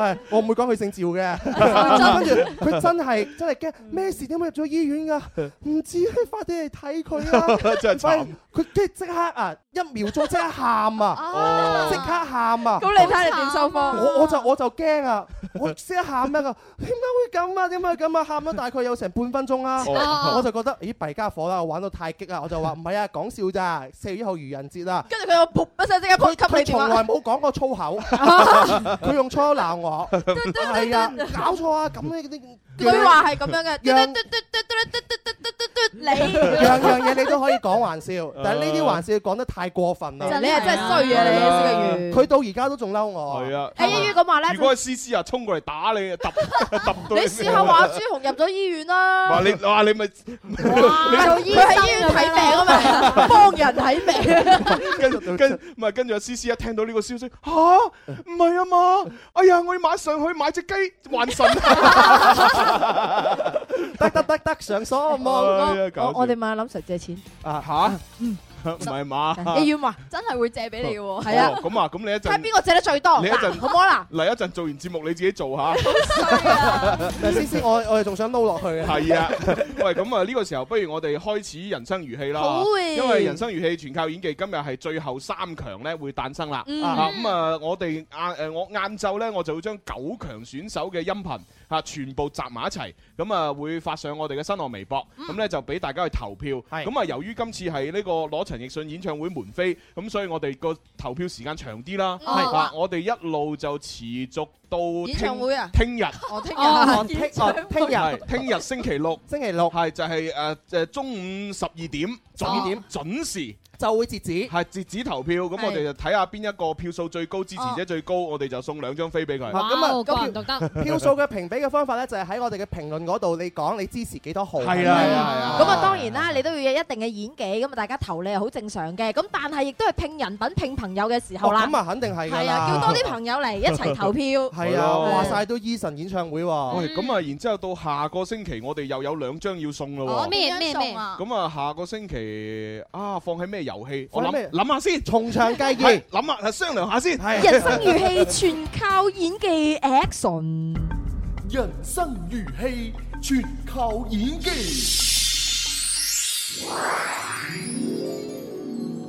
係我唔會講佢姓 *laughs* 趙嘅。跟住佢真係真係驚咩事？點解入咗醫院㗎？唔知，哎快啲嚟睇佢 *laughs* 啊！真係慘快佢跟住即刻啊，一秒鐘即刻喊啊，即刻喊啊！咁你睇你點收科我我就我就驚啊！我即刻喊咩㗎？點解會咁啊？點解會咁啊？喊咗大概有成半分鐘啦，哦我就覺得咦弊家伙啦！我玩到太激啦，我就話唔係啊，講笑咋，四月一號愚人節啊！佢又噗一聲即刻佢撲給佢你電從話來。冇講過 *laughs* 粗口，佢用粗口鬧我，係啊，搞錯啊！咁呢啲佢話係咁樣嘅，樣你 *laughs* 樣樣嘢你都可以講玩笑，但係呢啲玩笑講得太過分啦！真係你係真係衰啊你蕭敬元佢到而家都仲嬲 *laughs* 我。係啊。誒一於咁話咧如果係思思啊，衝過嚟打你，揼揼到你試下話朱紅入咗醫院啦哇！，你哇你咪佢喺醫院睇病啊嘛，幫人睇病。 *laughs* 跟跟唔係跟住阿思思一聽到呢個消息，吓唔係啊嘛！哎呀，我要馬上去買只雞 *laughs* 還神。得得得得，上鎖望哎呀搞笑我我哋問阿林 Sir 借錢。啊吓，唔係嘛？啊你要嘛？真係會借俾你嘅喎。係啊啊哦咁啊，咁你一睇下邊陣個借得最多，你一陣嗱好唔好啊？嚟一陣做完節目你自己做下。嗱，思思，我我哋仲想撈落去啊！係啊，喂，咁啊呢個時候不如我哋開始人生如戲啦，啊好喂因為人生如戲全靠演技，今日係最後三強咧會誕生啦。嗯啊咁啊，我哋晏誒我晏晝咧，我就會將九強選手嘅音頻啊全部集埋一齊，咁啊會發上我哋嘅新浪微博，嗯咁咧就俾大家去投票。咁啊，由於今次係呢個攞陳奕迅演唱會門飛，咁所以我哋個投票時間長啲啦。哦好啊啊，我哋一路就持續到演唱聽會啊聽日。我聽哦日聽演唱哦會聽日，聽日星期六，星期六係就係誒誒中午十二點準點準時。就會截止，係截止投票，咁我哋就睇下邊一個票數最高，支持者最高，我哋就送兩張飛俾佢。哦咁啊，票 *laughs* 票數嘅評比嘅方法咧，就係喺我哋嘅評論嗰度，你講你支持幾多號。係啊係啊係啊咁啊，當然啦，你都要有一定嘅演技，咁啊，大家投你係好正常嘅。咁但係亦都係拼人品、拼朋友嘅時候啦。哦咁啊肯定係㗎啦係啊，叫多啲朋友嚟一齊 *laughs* 投票。係啊，話晒都 Eason 演唱會喎。喂，咁啊，然之後到下個星期，我哋又有兩張要送咯哦喎。咩咩咩咁啊，下個星期啊，放喺咩遊戲？我放喺咩諗諗下先，從長計議係，諗下商量下先。人生如戲，全靠演技 action。人生如戲，全靠演技。 *laughs*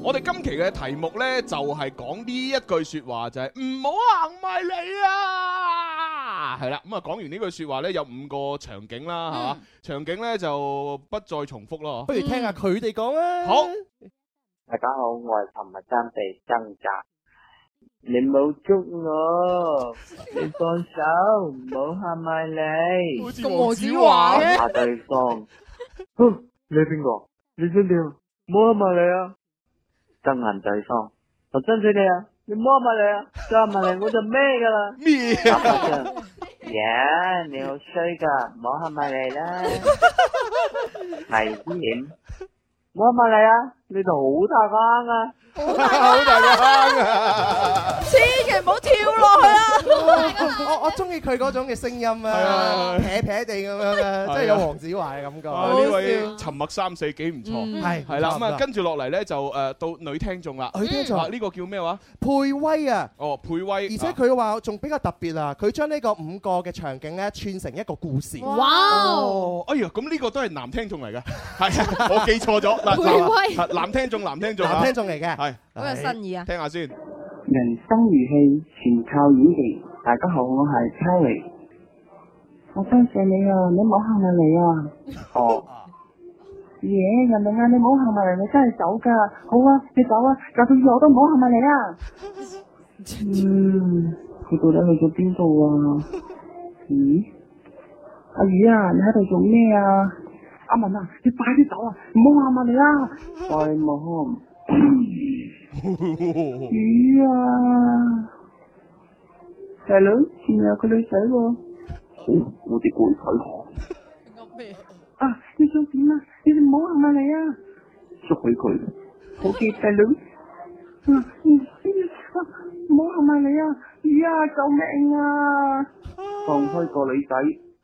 我哋今期嘅題目呢，就係講呢一句説話，就係唔好行埋你啊！係啦，咁啊講完呢句説話呢，有五個場景嗯啦，係嘛？場景呢就不再重複咯。不如聽下佢哋講啊。好。大家好，我係尋日爭地掙扎，你冇捉我，你放手，唔好喊埋你。好似黃子華嘅打對方，哼你係邊個？你想點？唔好喊埋你啊！憎恨對方，我憎死你啊！你唔好喊埋你啊！再喊埋你我就咩噶啦？咩啊？呀，你好衰噶，唔好喊埋你啦！危險，唔好喊埋你啊！呢度好大坑啊！好大好大嘅坑啊！千祈唔好跳落去啊！ *laughs* 我我中意佢嗰種嘅聲音啊，撇撇地咁樣啊，真係有黃子華嘅感覺。啊呢位沉默三四幾唔錯，嗯係係啦，唔錯咁啊唔錯跟住落嚟呢，就誒到女聽眾啦，女聽眾啊呢個叫咩話？佩威啊！哦，佩威，而且佢話仲比較特別啊，佢將呢個五個嘅場景咧串成一個故事。哇哦！哎呀，咁呢個都係男聽眾嚟㗎， *laughs* 係啊，我記錯 *laughs* 咗。嗱佩威嗱男聽眾，男聽眾啊，男聽眾嚟嘅，係好有新意啊！聽下先。人生如戲，全靠演技。大家好，我係 Terry。我多謝你啊，你唔好喊埋嚟啊！哦，嘢，人哋嗌你唔好喊埋嚟，你真係走噶。好啊，你走啊，就算我都唔好喊埋嚟啊！嗯，佢到底去咗邊度啊？咦，阿魚啊，你喺度做咩啊？阿文啊，你快啲走啊，唔好喊埋嚟啊！愛慕。魚啊，hello，前面有個女仔喎。我哋過去睇下。啊，你想點啊？你哋唔好行埋嚟啊！捉起佢。好嘅，hello。啊嗯啊唔好行埋嚟啊！魚啊，救命啊！放開個女仔。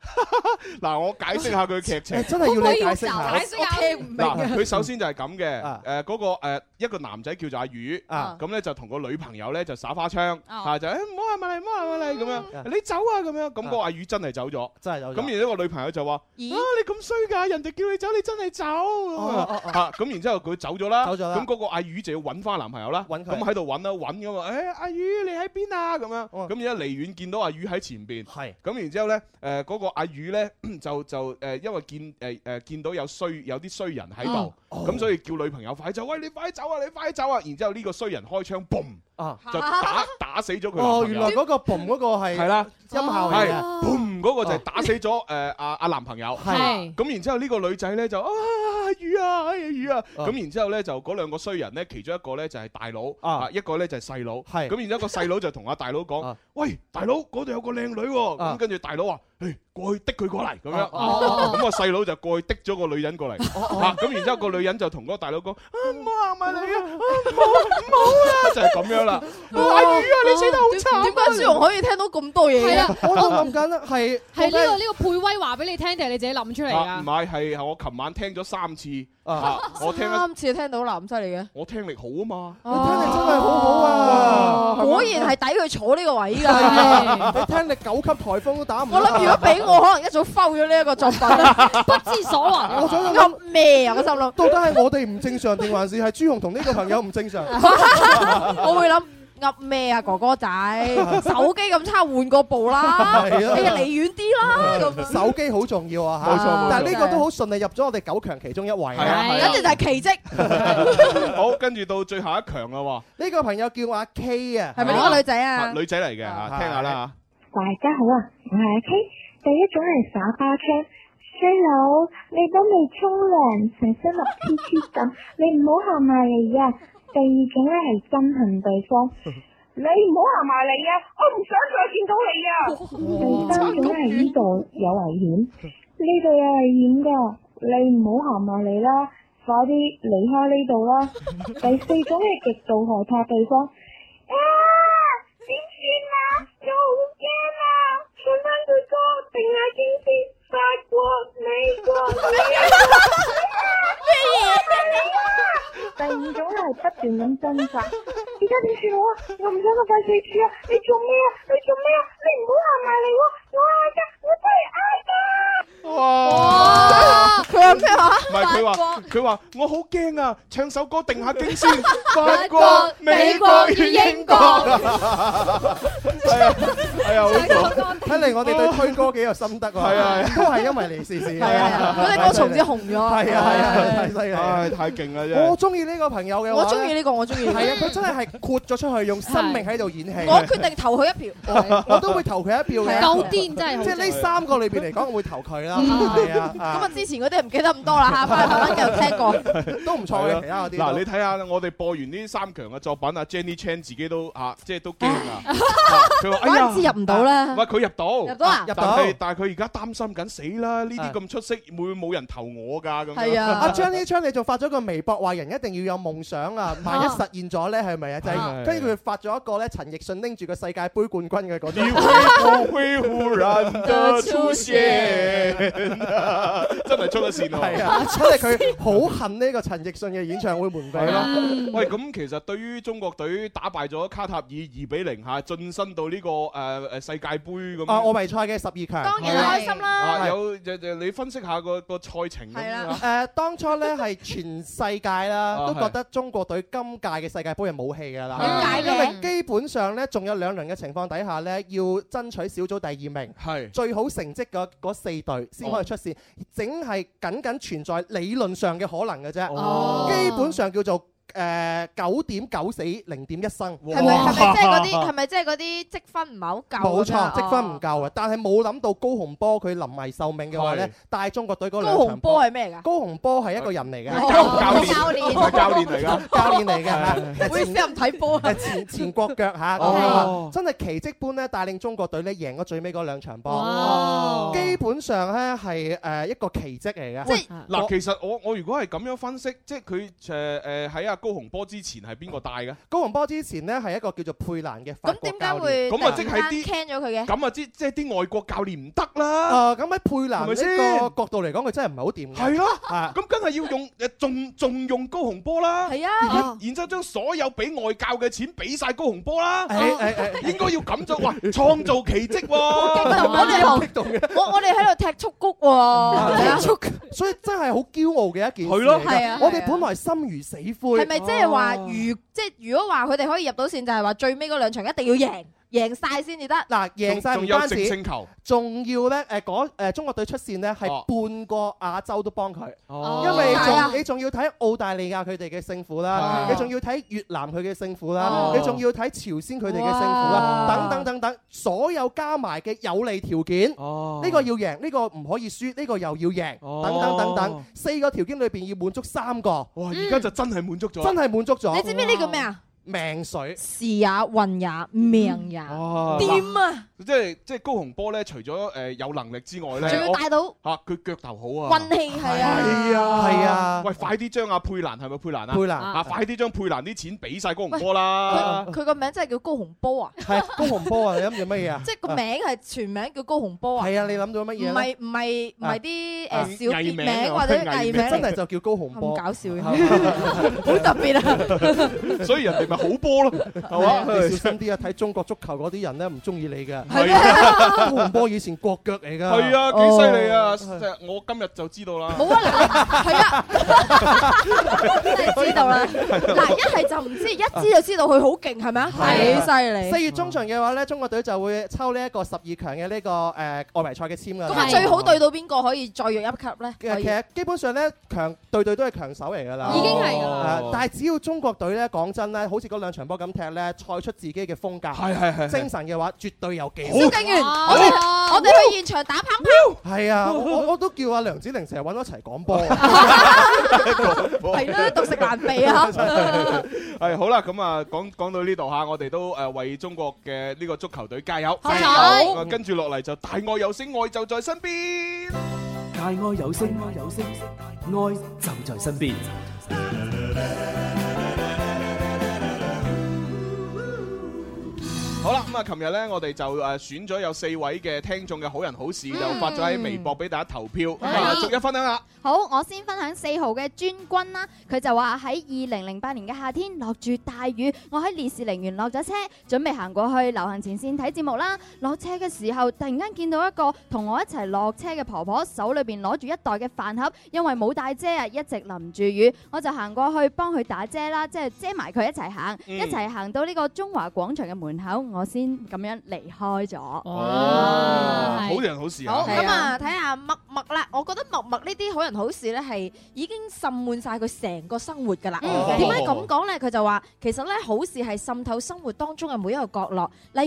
*laughs* 嗱，我解釋下佢嘅劇情。真係要你解釋下，我聽唔明嗱，啊。 *laughs* 佢首先就係咁嘅，誒嗰個誒一個男仔叫做阿魚，啊咁咧就同個女朋友咧就耍花槍，啊啊就誒唔好喊埋你，唔好喊埋你咁嗯樣，你走啊咁樣，咁個阿魚真係走咗，真係走咗咁然之後個女朋友就話：啊你咁衰㗎，人哋叫你走，你真係走咁哦啊！啊咁然之後佢走咗啦，走咗啦咁嗰個阿魚就要揾翻男朋友啦，揾佢咁喺度揾啦揾咁啊，誒阿魚你喺邊啊咁樣，咁然之後離遠見到阿魚喺前邊，哦係咁然之後咧誒嗰個阿魚咧 *clears throat* 就就誒因為見誒誒見到有衰有啲衰人喺啊度，咁所以叫女朋友快走，喂你快走啊你快走啊！然之後呢個衰人開槍，嘣啊就 *laughs* 打打死咗佢男朋友。哦，原來嗰個 boom 嗰個係係啦，音效嚟嘅。係 boom 嗰個就係打死咗誒阿阿男朋友，係咁然之後呢個女仔咧就啊魚啊哎呀魚啊，哦咁然之後咧就嗰兩個衰人咧，其中一個咧就係大佬，啊一個咧就係細佬，咁然之後個細佬就同阿大佬講：，喂大佬嗰度有個靚女喎，咁跟住大佬話。誒過去的佢過嚟咁樣，哦咁我細佬就過去的咗個女人過嚟，嚇咁然之後個女人就同嗰個大佬講。唔好行埋嚟啊！唔 *laughs* 好唔好啊！ *laughs* 就係咁 *laughs* 樣啦。大魚啊！你死得好慘。點解朱紅可以聽到咁多嘢嘅？係啦我喺度諗緊係係呢個呢個配威話俾你聽，定係你自己諗出嚟啊唔㗎？係係係我琴晚聽咗三次，啊我聽得三次聽到啦，咁犀利嘅。我聽力好啊嘛。哦哇果然係抵佢坐呢個位係啊㗎。你聽力九級颱風都打唔。我諗如果俾我，可能一早 foul 咗呢一個作品 *laughs* 啦，不知所云。我想噏咩啊？我心諗，到底係我哋唔正常，定還是係朱紅同呢個朋友唔正 *laughs* 常？啊我會諗噏咩啊，哥 *laughs* 哥仔，手機咁差，換個部啦，哎係啊呀，離遠啲啦，啊咁 *laughs* 手機好重要啊！冇嚇錯冇錯但係呢個都好順利入咗我哋九強其中一位係啊係啊簡直就係奇蹟。 *laughs* 好，跟住到最後一強啦喎，呢個朋友叫我阿 K 啊，係咪呢個女仔啊啊女仔嚟嘅嚇，聽下啦大家好 à, 啊，我係阿 K。第一種係耍花槍，衰佬你都未沖涼，成身綠黐黐咁，你唔好行埋嚟 à. 啊！第二種咧係憎恨對方，你唔好行埋嚟啊！à. 我唔想再見到你啊！第三種咧係呢度有危險，呢度有 à, 危險噶，你唔好行埋嚟啦，快啲離開呢度 à. 啦！第四種係極度害怕對方。啊！點算啊？我好驚啊！唱翻句歌，定係經典法國、美國、咩嘢？第五種係不斷咁掙扎，而家點算好啊？我唔想咁快死住啊！你做咩啊？你做咩啊？你唔好行 à 埋嚟喎！我嗌㗎，我真係嗌㗎！哇！佢話咩話？唔係佢話佢話我好驚啊！唱首歌定下經先， *laughs* 法國、美國與英國。哎係啊，好爽！睇嚟我哋對推歌幾有心得喎，係啊係啊都係因為你試試。係啊嗰隻歌從此紅咗係啊係啊，係太犀利！唉，太勁啦真我係。中意呢個朋友嘅話我呢，中意呢個我中意呢個係啊，佢真係係豁咗出去，用生命喺度演戲。我決定投佢一票。我都會投佢一票嘅。夠癲真係好即係呢三個裏邊嚟講，我會投佢啦。嗯係啊，咁啊啊，之前嗰啲唔記得咁多啦嚇，翻去慢慢繼續聽過。 *laughs* 都唔錯嘅，其他嗰啲都。啊嗱，你睇下我哋播完呢三強嘅作品，阿 Jenny Chan 自己都啊，即係都驚啊！佢話：哎呀，關節入唔到啦唔係佢入到，入到啊入但到係但係佢而家擔心緊死啦！呢啲咁出色，會唔會冇人投我㗎？咁樣啊阿張呢昌，你仲發咗個微博話人一定要有夢想啊！萬一實現咗咧，係咪啊？就係係跟住佢發咗一個咧，陳奕迅拎住個世界盃冠軍嘅嗰 *laughs* 你啲會。不會忽然的出現？真係出咗線喎！係啊，所以佢好恨呢個陳奕迅嘅演唱會門飛係啦嗯咯，。嗯喂，咁其實對於中國隊打敗咗卡塔爾二比零嚇，晉身到呢個誒誒世界盃咁。啊，奧迷賽嘅十二強，當然開心啦啊有就就你分析下個個賽程咁樣。誒，當初咧係全世界啦， *laughs* 啊都係覺得中國隊今屆嘅世界盃係冇戲㗎啦。點解因為基本上咧，仲有兩輪嘅情況底下咧，要爭取小組第二名，係最好成績嘅嗰四隊先可以出線，整係僅僅存在理論上嘅可能嘅啫。哦基本上叫做誒九點九死零點一生，係咪係咪即係嗰 *laughs* 啲係咪即係嗰啲積分唔係好夠？啊冇錯，積分唔。夠啊！但係冇諗到高洪波佢臨危受命嘅話咧係，帶中國隊嗰高兩洪場波。波係咩㗎？高洪波係一個人嚟嘅，哦教練係教練嚟㗎，教練嚟嘅啊嚇。會死人睇波啊！前前國腳嚇，哦真係奇蹟般咧帶領中國隊咧贏咗最尾嗰兩場波，哇基本上咧係呃誒一個奇蹟嚟嘅。喂嗱，我其實我我如果係咁樣分析，即係佢誒誒喺阿高洪波之前係邊個帶嘅？高洪波之前咧係一個叫做佩蘭嘅法國教練，咁點解會咁啊即係啲聽咗佢嘅。咁啊，即即係啲外國教練唔得啦。啊，咁喺佩係咪蘭呢先個角度嚟講，佢真係唔係好掂嘅。係咯啊，咁梗係要用誒重重用高洪波啦。係啊，然之後將所有俾外教嘅錢俾晒高洪波啦。*laughs* 誒誒誒應該要咁做，哇！創造奇蹟我哋喎。我我哋喺度踢蹴谷啊喎，所以真係好驕傲嘅一件事嚟㗎。係咯係啊我哋本來心如死灰。係咪即係話如哦即係如果話佢哋可以入到線，就係話最尾嗰兩場一定要贏，贏晒先至得。嗱，贏晒唔單止，球仲要咧誒嗰誒中國隊出線咧係半個亞洲都幫佢，哦因為係啊仲你仲要睇澳大利亞佢哋嘅勝負啦，係你仲要睇越南佢嘅勝負啦哦，你仲要睇朝鮮佢哋嘅勝負啦，等等等等，所有加埋嘅有利條件，呢個要贏，呢個唔可以輸，呢個又要贏，哦等等等等，四個條件裏邊要滿足三個，哇！而家就真係滿足咗，真係滿足咗。你知唔知呢個咩啊？命水。是也，運也，命也。嗯哦掂啊！即係即係高洪波咧，除咗誒有能力之外咧，仲要我帶到嚇佢腳頭好啊，運氣係啊，係啊，係啊喂，快啲將阿佩蘭係咪佩蘭啊？佩蘭啊，快啲將佩蘭啲錢俾晒高洪喂波啦佢！佢個名真係叫高紅波啊！係高洪波啊！你諗住乜嘢啊？即係個名係全名叫高紅波啊！係啊！你諗到乜嘢咧？唔係唔係唔係啲誒小別名啊 *laughs* 或者藝名嚟真嘅，係就叫高洪波。啊咁搞 *laughs* 笑嘅，好特別啊！ *laughs* 所以人哋咪好波咯，係 *laughs* 嘛？你小心啲啊！睇中國足球嗰啲人咧，唔中意你嘅。係啊高洪波以前國腳嚟㗎。係啊，幾犀利啊！即係我今日就知道啦。冇啊， *laughs* 知道啦。啊嗱，一係就唔知，一知就知道佢好勁，係咪啊？幾犀利！四月中旬嘅話咧，中國隊就會抽呢一個十二強嘅呢個誒外圍賽嘅籤㗎啦。咁啊，最好對到邊個可以再弱一級咧？其實可以其實基本上咧，強隊隊都係強手嚟㗎啦，已經係㗎啦啊但係只要中國隊咧，講真咧，好似嗰兩場波咁踢咧，賽出自己嘅風格，係係係係精神嘅話，絕對有技蕭敬元，哦我哋我哋去現場打棒棒。係啊，我我我都叫阿梁子玲成日揾我一齊講波，哦係啦，獨食難肥啊！係好啦，咁啊，講講到呢度嚇，我哋都誒為中國嘅呢個足球隊加油！加油咁啊跟住落嚟就大愛有聲，愛就在身邊。大愛有聲，愛有聲，愛就在身邊。好啦，咁啊，琴日咧，我哋就誒選咗有四位嘅聽眾嘅好人好事，就發咗喺微博俾大家投票，咁啊逐一分享下。好，我先分享四號嘅專君啦，佢就話喺二零零八年嘅夏天落住大雨，我喺烈士陵園落咗車，準備行過去流行前線睇節目啦。落車嘅時候，突然間見到一個同我一齊落車嘅婆婆，手裏邊攞住一袋嘅飯盒，因為冇帶遮啊，一直淋住雨，我就行過去幫佢打遮啦，即係遮埋佢一齊行，嗯一齊行到呢個中華廣場嘅門口，我先咁樣離開咗。哦，好人好事啊！好咁 *laughs* 啊，睇下默默啦，我覺得默默呢啲好人好事咧，係已經滲滿晒佢成個生活㗎啦。嗯點解咁講咧？佢就話其實咧，好事係滲透生活當中嘅每一個角落，例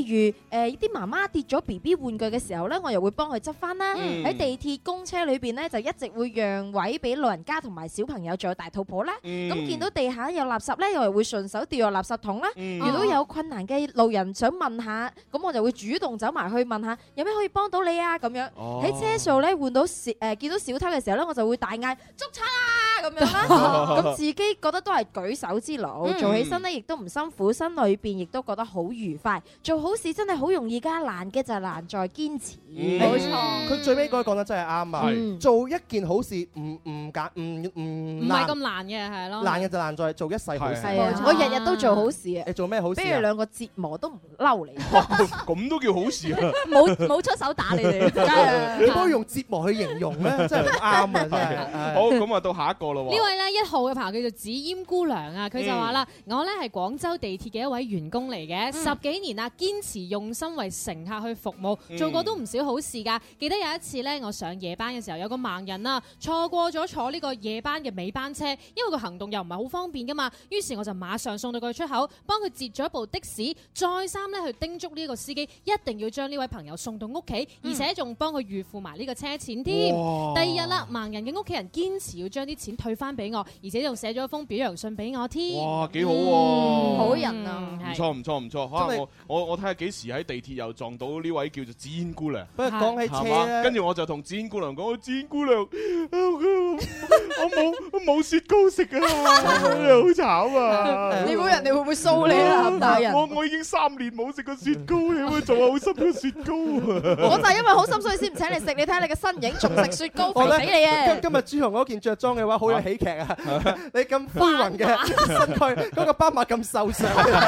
如誒啲媽媽跌咗 B B 玩具嘅時候咧，我又會幫佢執翻啦。嗯喺地鐵、公車裏邊咧，就一直會讓位俾老人家同埋小朋友，仲有大肚婆啦。嗯咁見到地下有垃圾咧，又係會順手掉落垃圾桶啦。嗯遇到有困難嘅路人想問下，咁我就會主動走埋去問下，有咩可以幫到你啊？咁樣哦喺車上咧換到小誒見到小偷嘅時候咧，我就會大嗌捉賊啊咁樣 *laughs* 啦。咁自己覺得都係舉手之勞，嗯做起身咧亦都唔辛苦，身裏邊亦都覺得好愉快。做好事真係好容易㗎，難嘅就係難在堅持。嗯冇錯。佢最尾嗰句講得真係啱啊係！做一件好事唔唔簡唔唔唔係咁難嘅，係咯。難嘅就難在做一世好事。係啊，我日日都做好事啊。你做咩好事啊俾你兩個折磨都唔嬲啊你。咁都叫好事啊！冇冇出手打你 *laughs* 哋梗係你可以用折磨去形容咩？真係唔啱啊！真係。好，咁啊到下一個咯呢喎。位咧一號嘅朋友叫做紫嫣姑娘啊，佢就話啦：嗯我咧係廣州地鐵嘅一位員工嚟嘅，十幾年啦，堅持用心為乘客去服務，嗯做過都唔少好事㗎。記得有一次咧，我上夜班嘅時候，有個盲人啊，錯過咗坐呢個夜班嘅尾班車，因為個行動又唔係好方便㗎嘛，於是我就馬上送到佢出口，幫佢截咗一部的士，再三咧去叮囑呢個司機一定要將呢位朋友送到屋企，嗯而且仲幫佢預付埋呢個車錢添。哇第二日啦，盲人嘅屋企人堅持要將啲錢退翻俾我，而且仲寫咗一封表揚信俾我添。哇，幾好喎！嗯好人啊唔錯唔錯唔錯。可真能係我我我睇下幾時喺地鐵又撞到呢位叫做紫嫣姑娘。不過講起車係嘛咧跟住我就同紫嫣姑娘講： *laughs* 我紫嫣姑娘，啊我我冇我冇雪糕食啊，好慘啊！你估人哋會唔會騷你啊哇大人我我已經三年冇食過雪糕，你會做下好心嘅雪糕啊！我就係因為好心，所以先唔請你食。你睇下你嘅身影，仲食雪糕，我肥呢死你啊！今今日朱紅嗰件着裝嘅話，好有喜劇啊！ *laughs* 你咁灰雲嘅身軀，嗰個斑馬咁瘦 *laughs* 削，咕碌咕碌咕碌咕碌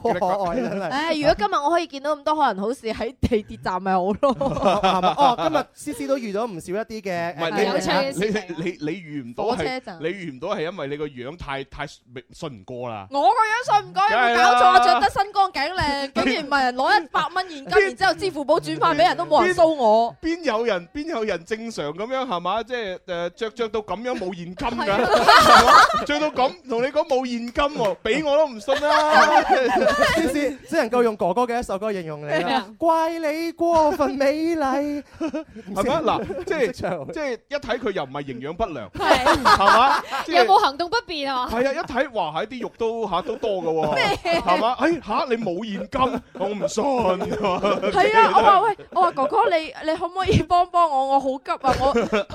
咕碌好可愛真係。唉，如果今日我可以見到咁多可能好事喺地鐵站，咪好 *laughs* 咯。係嘛哦，今日思思都遇到唔少一啲嘅唔係誒你你你你遇唔到啊火車係站你遇唔到係因為你個樣太太信唔過啦。我個樣信唔過，有冇搞錯啊？梗係啦着得身光頸靚，竟然唔係人攞一百蚊現金，然之後支付寶轉翻俾人都冇人騷我。邊有人邊有人正常咁樣係嘛？即係誒着着到咁樣冇現金㗎，係啊係嘛着到咁同你講冇現 *laughs* 金喎，俾我都唔信 *laughs* 啦。思思只能夠用哥哥嘅一首歌形容你係啦啊。怪你過分美麗，係咪嗱，即係張。即係一睇佢又唔係營養不良，係係嘛？即有係冇行動不便啊？係啊，一睇哇，喺啲肉都嚇都多㗎咩喎，係嘛？誒嚇你冇現金，我唔信。係係啊，我話喂，我話哥哥你你可唔可以幫幫我？我好 *laughs* 急啊！我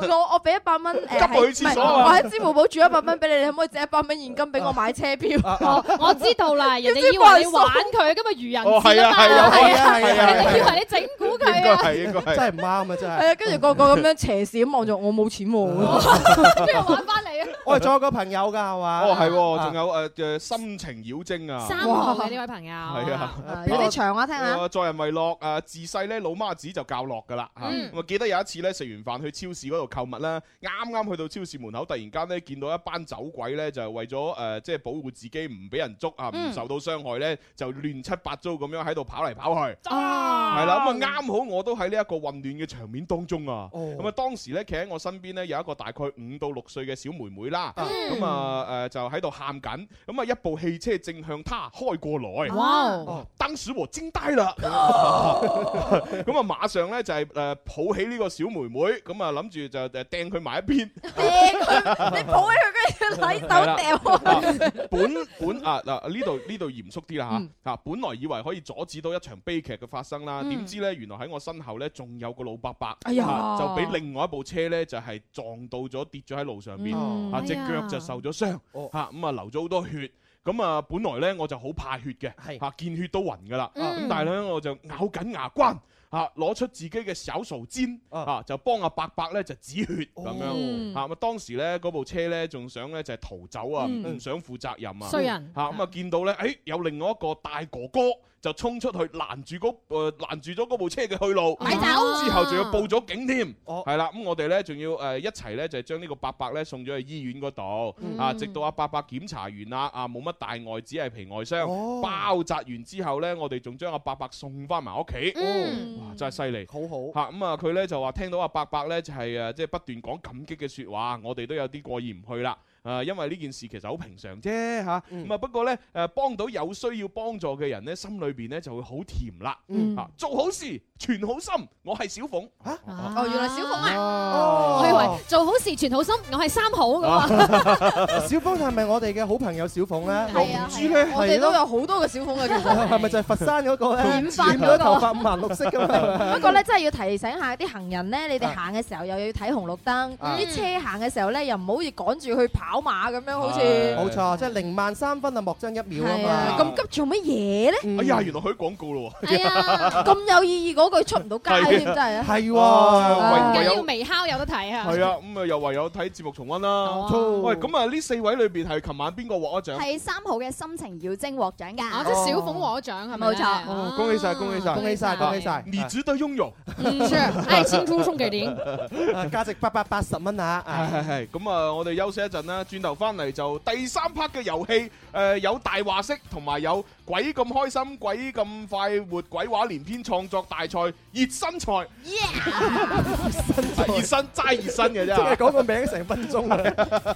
我我俾一百蚊誒，急我去廁所啊我喺支付寶轉一百蚊俾你，你可唔可以借一百蚊現金俾我買車票？我我知道 *laughs* 啦，人哋以為你玩佢，今日愚人哦節啊嘛，係啊係啊係啊人哋以為你整蠱應佢該啊。係應該係。真係唔啱啊！真係。係啊，跟住個個咁樣斜視咁望住我，我冇錢喎。啊啊啊我係仲有個啊朋友㗎，係嘛？哦，係喎，仲有誒誒心情妖精啊，三號嘅呢位朋友，係啊，你哋長話聽下。誒助人為樂誒，自細咧老媽子就教落㗎啦嚇。嗯咁啊記得有一次咧食完飯去超市嗰度購物啦，啱啱去到超市門口，突然間咧見到一班走鬼咧，就係為咗誒即係保護自己唔俾人捉啊，唔嗯受到傷害咧，就亂七八糟咁樣喺度跑嚟跑去。啊係啦，咁啊啱好我都喺呢一個混亂嘅場面當中啊，哦咁啊當時咧企喺我身邊咧有一個大概五到六歲嘅小妹妹啦，嗯咁啊誒就喺度喊緊，咁啊一部汽車正向她開過來，哇哦！當時我驚呆啦，咁啊馬上咧就係誒呃抱起呢個小妹妹，咁啊諗住就誒掟佢埋一邊，你抱起佢，跟住禮手掉啊。啊本本啊嗱呢度呢度嚴肅啲啦嚇嚇，本來以為可以阻止到一場悲劇嘅發生啦，嗯點知呢？原來喺我身後呢，仲有個老伯伯，哎呀啊就俾另外一部車呢，就係撞到咗跌咗喺路上面，嗯啊哎隻呀腳就受咗傷，嚇咁啊流咗好多血。咁啊，本來呢，我就好怕血嘅，嚇見血都暈㗎啦。嗯咁但係呢，我就咬緊牙關嚇，攞出自己嘅小手尖嚇，就幫阿伯伯呢，就止血咁樣嗯嚇。咁啊，當時呢，嗰部車呢，仲想呢，就係逃走啊，嗯唔想負責任啊。衰人嚇咁啊！見到咧，誒有另外一個大哥哥就衝出去攔住嗰誒攔住咗嗰部車嘅去路，咪哦走啊哦之後仲要報咗警添，係啦。咁我哋咧仲要誒一齊咧就係將呢個伯伯咧送咗去醫院嗰度啊，嗯直到阿伯伯檢查完啦，啊冇乜大礙，只係皮外傷，哦包紮完之後咧，我哋仲將阿伯伯送翻埋屋企，嗯哇！真係犀利，好好。嚇咁啊！佢咧就話聽到阿伯伯咧就係呃誒即係不斷講感激嘅説話，我哋都有啲過意唔去啦。誒、因為呢件事其實好平常啫嚇，咁啊、不過呢，誒、呃幫到有需要幫助嘅人呢，心裏邊呢就會好甜啦。嗯啊做好事，存好心，我係小鳳。哦，原來小鳳啊，哦我以為做好事存好心，我係三好咁啊。小鳳係咪我哋嘅好朋友小鳳咧？係啊，知咧我哋都有好多個小鳳啊嘅其實。係咪就係佛山嗰個咧？染髮嗰個染咗頭髮五顏六色咁啊嘛？不過咧，真係要提醒下啲行人咧，你哋行嘅時候又要睇紅綠燈，啊啲車行嘅時候咧又唔好似趕住去跑馬咁樣，好似冇錯，即係零萬三分啊，莫爭一秒啊係嘛啊，。咁急做乜嘢咧？哎呀，原來佢廣告咯喎。啊咁有意義嗰句出唔到街添，真係啊！係唔啊唯緊唯要有微烤有得睇啊。係啊，咁啊又唯有睇節目重温啦。錯喂，咁啊呢四位裏邊係琴晚邊個獲咗獎？係三號嘅心情妖精獲獎㗎。哦，即係小鳳獲獎係咪呢？冇錯哦恭喜晒，恭喜晒，恭喜晒啊恭喜晒你值得擁有。嗯，是愛心豬送給您。啊價值八百八十蚊啊！係係係，咁啊，我哋休息一陣啦，轉頭翻嚟就第三 part 嘅遊戲，誒有大話式，同埋有鬼咁開心、鬼咁快活、鬼話連篇創作大賽熱身賽， *laughs* 熱身齋熱身嘅真係啫。講個名成分鐘啊！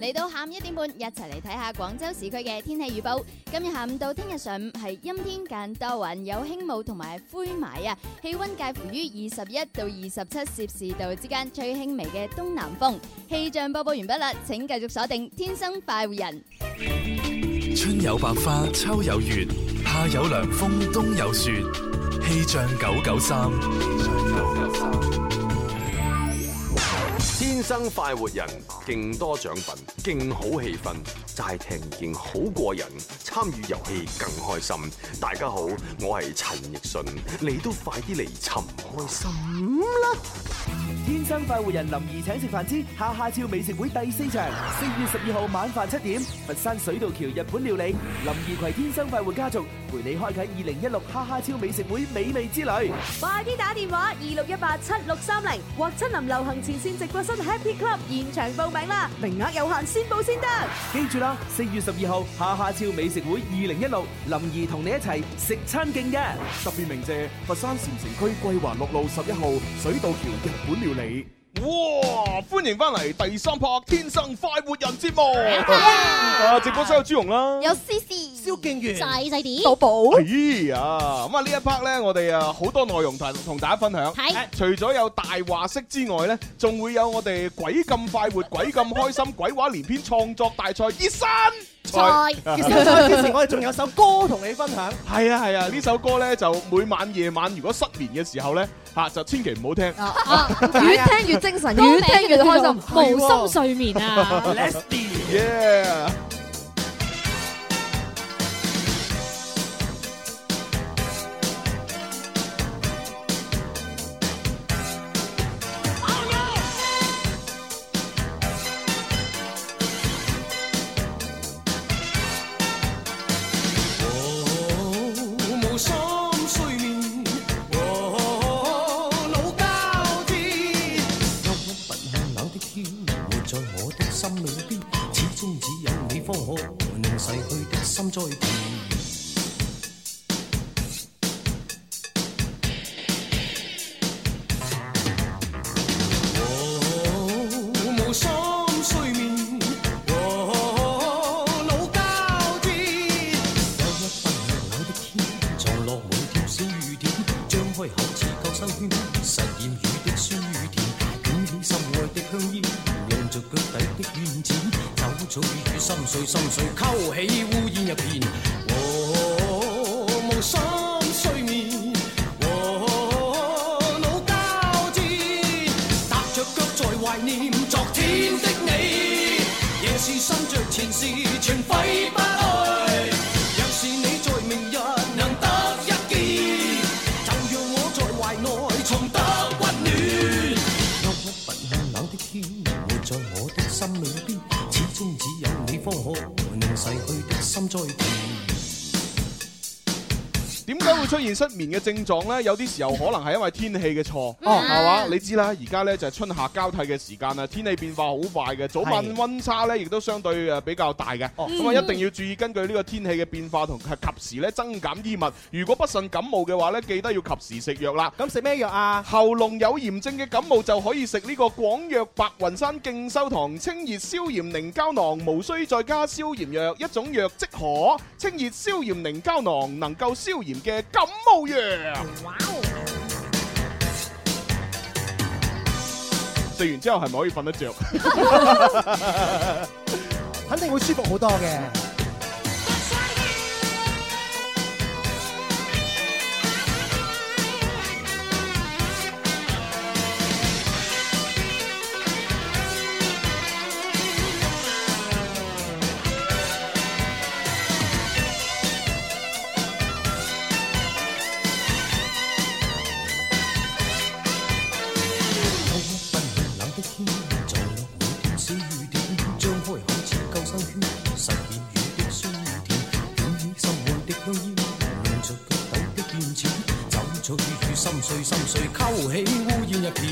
嚟到下午一點半，一齊嚟睇下廣州市區嘅天氣預報。今日下午到聽日上午係陰天間多雲，有輕霧同埋灰霾啊。氣温介乎於二十一到二十七攝氏度之間，吹輕微嘅東南風。氣象播報完畢啦，請繼續鎖定《天生快活人》。春有百花，秋有月，夏有涼風，冬有雪。氣象九九三，天生快活人，勁多獎品，勁好氣氛，齋聽已經好過癮，參與遊戲更開心。大家好，我係陳奕迅，你都快啲嚟尋開心啦！天生快活人林怡請食飯之下下超美食會第四場，四月十二號晚飯七點，佛山水道橋日本料理，林怡葵天生快活家族陪你開啟二零一六下下超美食會美味之旅。快啲打電話二六一八七六三零或親臨流行前線直播室 Happy Club 現場報名啦，名額有限，先報先得。啊記住啦，四月十二號下下超美食會二零一六，林怡同你一齊食餐勁嘅。特別鳴謝佛山禪城區桂華六路十一號水道橋日本料理。哇！歡迎翻嚟第三 part《天生快活人》節目。啊，直播室有朱紅啦，有思思、蕭敬元細細啲、寶寶。哎呀，咁啊呢一 part 咧，我哋啊好多內容同同大家分享。係除咗有大話式之外咧，仲會有我哋鬼咁快活、鬼咁開心、鬼話連篇創作大賽熱身在 *laughs* 之前我哋仲有首歌同你分享，係啊係啊，呢首歌咧就每晚夜晚如果失眠嘅時候咧嚇就千祈唔好聽。*laughs* 哦越聽越精神，歌名越聽越開心，叫做無無心睡眠啊！ Leslie *laughs* Yeah。無心睡眠，我老交天。冷的天，活在我的心裏邊，始終只有你方可令逝去的心再甜。我無心睡眠，我老交天。有一份冷的天，藏落每條小雨點，張開口似救生圈，實驗雨的酸與甜。捲起心愛的香煙，用着腳底的怨箭，酒早已與心碎心碎勾起烏煙一片。我無心睡眠，我腦交戰，踏着腳在懷念昨天的你，夜是身着前事全揮不去。若是你在明日能得一見，就讓我在懷內重得温暖。冷的天，活在我的心裏邊，始終只有你方可令逝去的心再甜。點解會出現失眠嘅症狀呢？有啲時候可能係因為天氣嘅錯，哦係嘛？你知啦，而家呢就係春夏交替嘅時間啦，天氣變化好快嘅，早晚係温差呢亦都相對誒比較大嘅。咁啊，嗯一定要注意根據呢個天氣嘅變化同及時呢增減衣物。如果不慎感冒嘅話呢，記得要及時食藥啦。咁食咩藥啊？喉嚨有炎症嘅感冒就可以食呢個廣藥白雲山敬修堂清熱消炎寧膠囊，無需再加消炎藥，一種藥即可。清熱消炎寧膠囊能夠消炎嘅感冒藥。哦食完之後係咪可以瞓得着？肯定會舒服好多嘅。冷的天，在落每段小雨點，張開口似救生圈，實驗雨的酸與甜，捲起心愛的香煙，用着腳底的怨錢，酒醉與心碎心碎，勾起烏煙一片。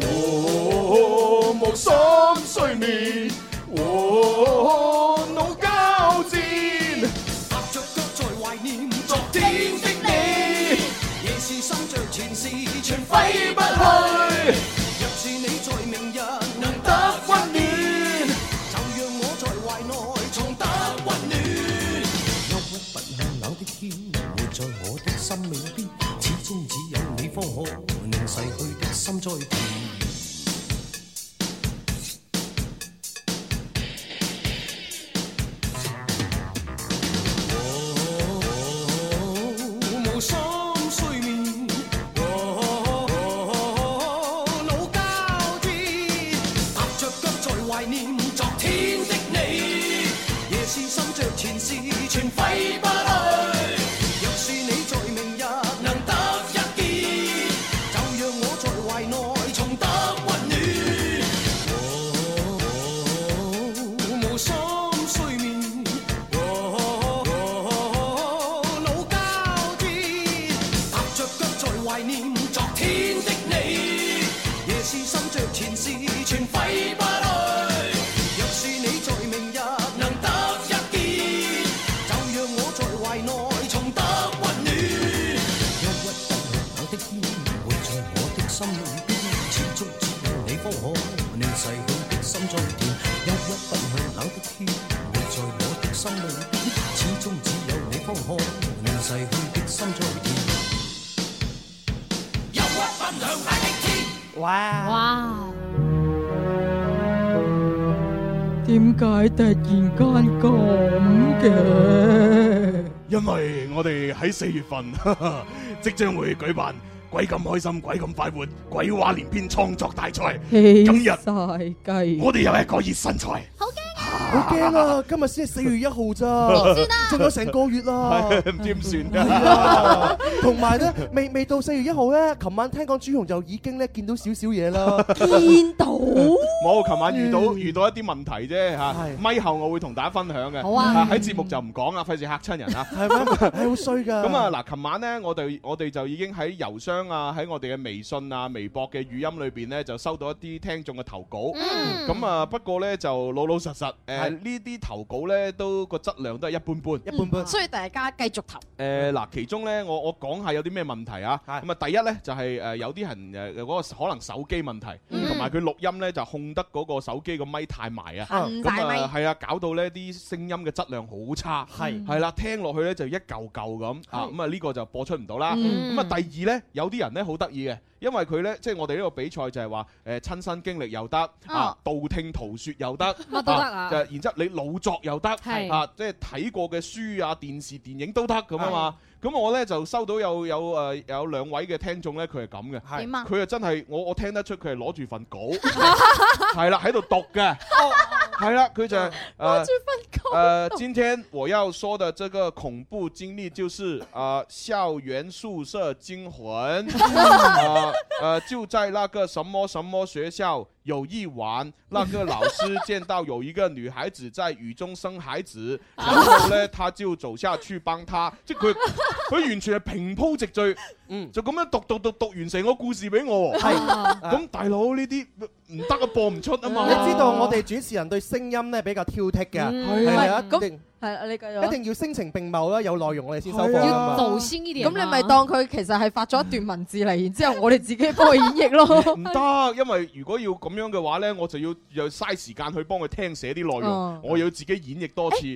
我無心睡眠，我腦交戰，踏着腳在懷念昨天的你，夜是心着前事全揮不去。若是你在明日能得温暖，就讓我在懷內重得温暖。冷的天，活在我的心裏邊，始終只有你方可令逝去的心再甜。無心睡眠，我腦交戰，踏着腳在懷念昨天的你，夜是心着前事全揮不去。若是你在明日能得一見，就讓我在懷內方可暖逝佢的心中甜。憂鬱不向冷的天，活在我的心裏，始終只有你方可暖逝佢的心中甜。憂鬱奔向冷的天。哇！哇！点解突然间咁嘅？因為我哋喺四月份 *laughs* 即將會舉辦鬼咁開心、鬼咁快活、鬼話連篇創作大賽。氣今日晒雞，我哋有一個熱身賽。好驚啊！今日先係四月一號咋，點算啊仲有 Ờ, 成個月啦。係唔知 *laughs* 點算係啊同埋咧，未未到四月一號咧，琴晚聽講朱紅就已經咧見到少少嘢啦。見到冇，琴晚遇到嗯遇到一啲問題啫嚇，咪後我會同大家分享嘅。好啊喺節目就唔講啦，費事嚇親人啊。係咩？係好衰㗎。咁啊，嗱，琴晚呢，我哋我哋就已經喺郵箱啊，喺我哋嘅微信啊、微博嘅語音裏邊呢，就收到一啲聽眾嘅投稿。嗯咁啊，不過呢，就老老實實，誒呢啲投稿呢，都個質量都係一般般，一般般所以大家繼續投。誒呃嗱，其中咧，我我講下有啲咩問題啊？咁啊，第一咧就係誒有啲人誒呃嗰個可能手機問題，同埋佢錄音咧就控得嗰個手機個咪太埋啊，嗯咁大咪啊係啊，搞到呢啲聲音嘅質量好差，係係啦，聽落去咧就一嚿嚿咁啊，咁啊呢個就播出唔到啦。嗯咁啊第二咧，有啲人咧好得意嘅。因為佢咧，即係我哋呢個比賽就係話，誒親身經歷又得，啊哦道聽途説又得，乜都得啊就然之後你老作又得，係啊，即係睇過嘅書啊、電視、電影都得咁啊嘛。咁我咧就收到有有誒有兩位嘅聽眾咧，佢係咁嘅，點啊佢啊真係我我聽得出佢係攞住份稿，係啦喺度讀嘅，係啦佢就係攞誒住份稿呃，今天我要说的这个恐怖经历就是啊、呃校园宿舍惊魂，呃呃，就在那个什么什么学校。有一晚，那个老师见到有一个女孩子在雨中生孩子，然后呢，他就走下去帮她，即係佢佢完全係平鋪直敍，嗯，就咁樣讀讀讀讀完成個故事俾我喎，係咁大佬呢啲唔得啊，播唔出啊嘛，你知道我哋主持人對聲音咧比較挑剔嘅，嗯係啊，咁一定係啊，你繼續。一定要聲情並茂啦，有內容我哋先收貨㗎嘛要啊咁你咪當佢其實係發咗一段文字嚟，然之後我哋自己幫佢演繹 *laughs* 咯。唔得，因為如果要咁樣嘅話呢，我就要又嘥時間去幫佢聽寫啲內容哦，我又要自己演繹多次。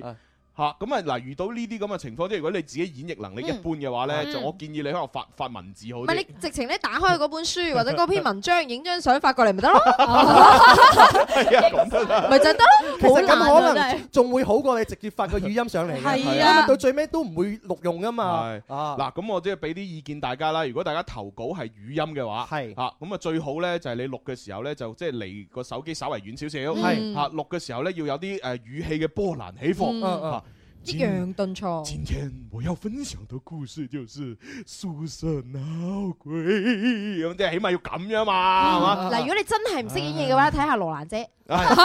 嚇咁啊！嗱，遇到呢啲咁嘅情況，即係如果你自己演繹能力一般嘅話呢，嗯就我建議你可能發發文字好唔啲係。你直情咧打開嗰本書或者嗰篇文章，影張相發過嚟咪得 *laughs* 咯，哦係啊，咁得啦咪就係得咯。其實好咁可難啊真能仲會好過你直接發個語音上嚟嘅，係啊因為到最尾都唔會錄用噶嘛。 *laughs* 係嗱，咁我即係俾啲意見大家啦。如果大家投稿係語音嘅話，係啊，咁啊最好咧就係你錄嘅時候咧就即係離個手機稍為遠少少，係嚇錄嘅時候咧要有啲誒語氣嘅波瀾起伏，嗯啊嚇 *laughs* 抑揚頓挫。今天我要分享的故事就是宿舍鬧鬼，咁即係起碼要咁樣嘛，係嘛？嗱，如果你真係唔識演繹嘅話，睇下羅蘭姐。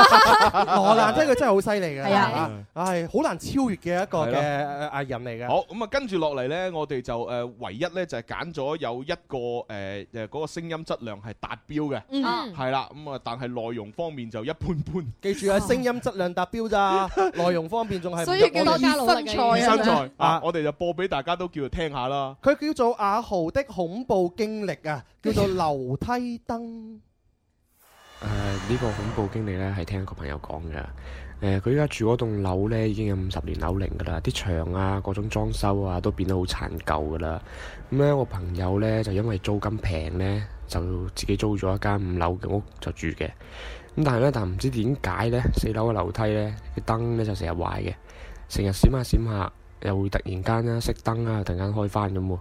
羅蘭真係佢真係好犀利嘅，係啊，係好難超越嘅一個係嘅咯呃藝人嚟嘅。好，咁啊，跟住落嚟呢，我哋就誒、呃唯一呢，就係揀咗有一個誒誒嗰個聲音質量係達標嘅，嗯係啦、咁啊，但係內容方面就一般般。記住啊，聲音質量達標 *laughs* 咋，內容方面仲係唔所以入叫多我哋加努力嘅熱身材啊，我哋就播俾大家都叫做聽下啦。佢叫做阿豪的恐怖經歷 *laughs* 啊，叫做樓梯燈。誒呢個恐怖經歷咧係聽一個朋友講嘅。誒佢依家住嗰齡棟樓咧已經有五十年樓齡㗎啦，啲牆啊各種裝修啊都變得好殘舊㗎啦。咁咧我朋友咧就因為租金平咧，就自己租咗一間五樓嘅屋就住嘅。咁但係咧，但唔知點解咧，四樓嘅樓梯咧嘅燈咧就成日壞嘅，成日閃下閃下，又會突然間啦熄燈啊，又突然間開翻咁喎。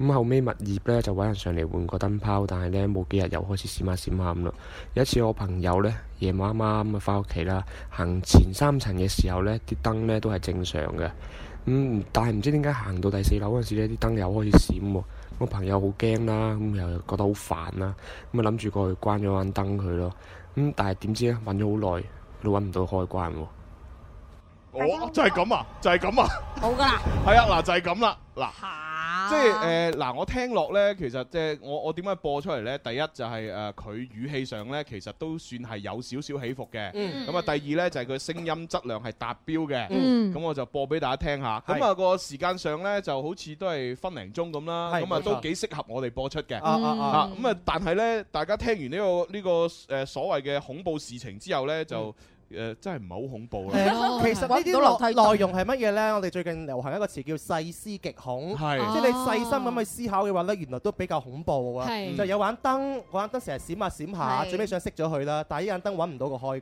咁後尾物業咧就揾人上嚟換個燈泡，但係咧冇幾日又開始閃下閃下咁啦。有一次我朋友咧夜晚啱啱咁啊翻屋企啦，行前三層嘅時候咧啲燈咧都係正常嘅，嗯，但係唔知點解行到第四樓嗰陣時咧啲燈又開始閃喎。我朋友好驚啦，咁又覺得好煩啦，咁啊諗住過去關咗盞燈佢咯。咁但係點知咧揾咗好耐都揾唔到開關喎。我就係咁啊，就係咁啊，好噶啦，係啊，嗱就係咁啦，嗱，即係誒嗱，我聽落咧，其實即係我我點解播出嚟咧？第一就係誒佢語氣上咧，其實都算係有少少起伏嘅。嗯咁啊，第二咧就係佢聲音質量係達標嘅。嗯咁我就播俾大家聽下。係咁啊個時間上咧就好似都係分零鐘咁啦。係咁啊冇錯都幾適合我哋播出嘅。啊啊啊啊咁啊，但係咧，大家聽完呢個呢個誒所謂嘅恐怖事情之後咧，就嗯誒真係唔係好恐怖啦。其實呢搵唔到哦樓梯啲內內容係乜嘢呢？我哋最近流行一個詞叫細思極恐，係即係你細心咁去思考嘅話呢，原來都比較恐怖啊！係就有玩燈，嗰盞燈成日閃下閃下，係最尾想熄咗佢啦，但係呢盞燈揾唔到個開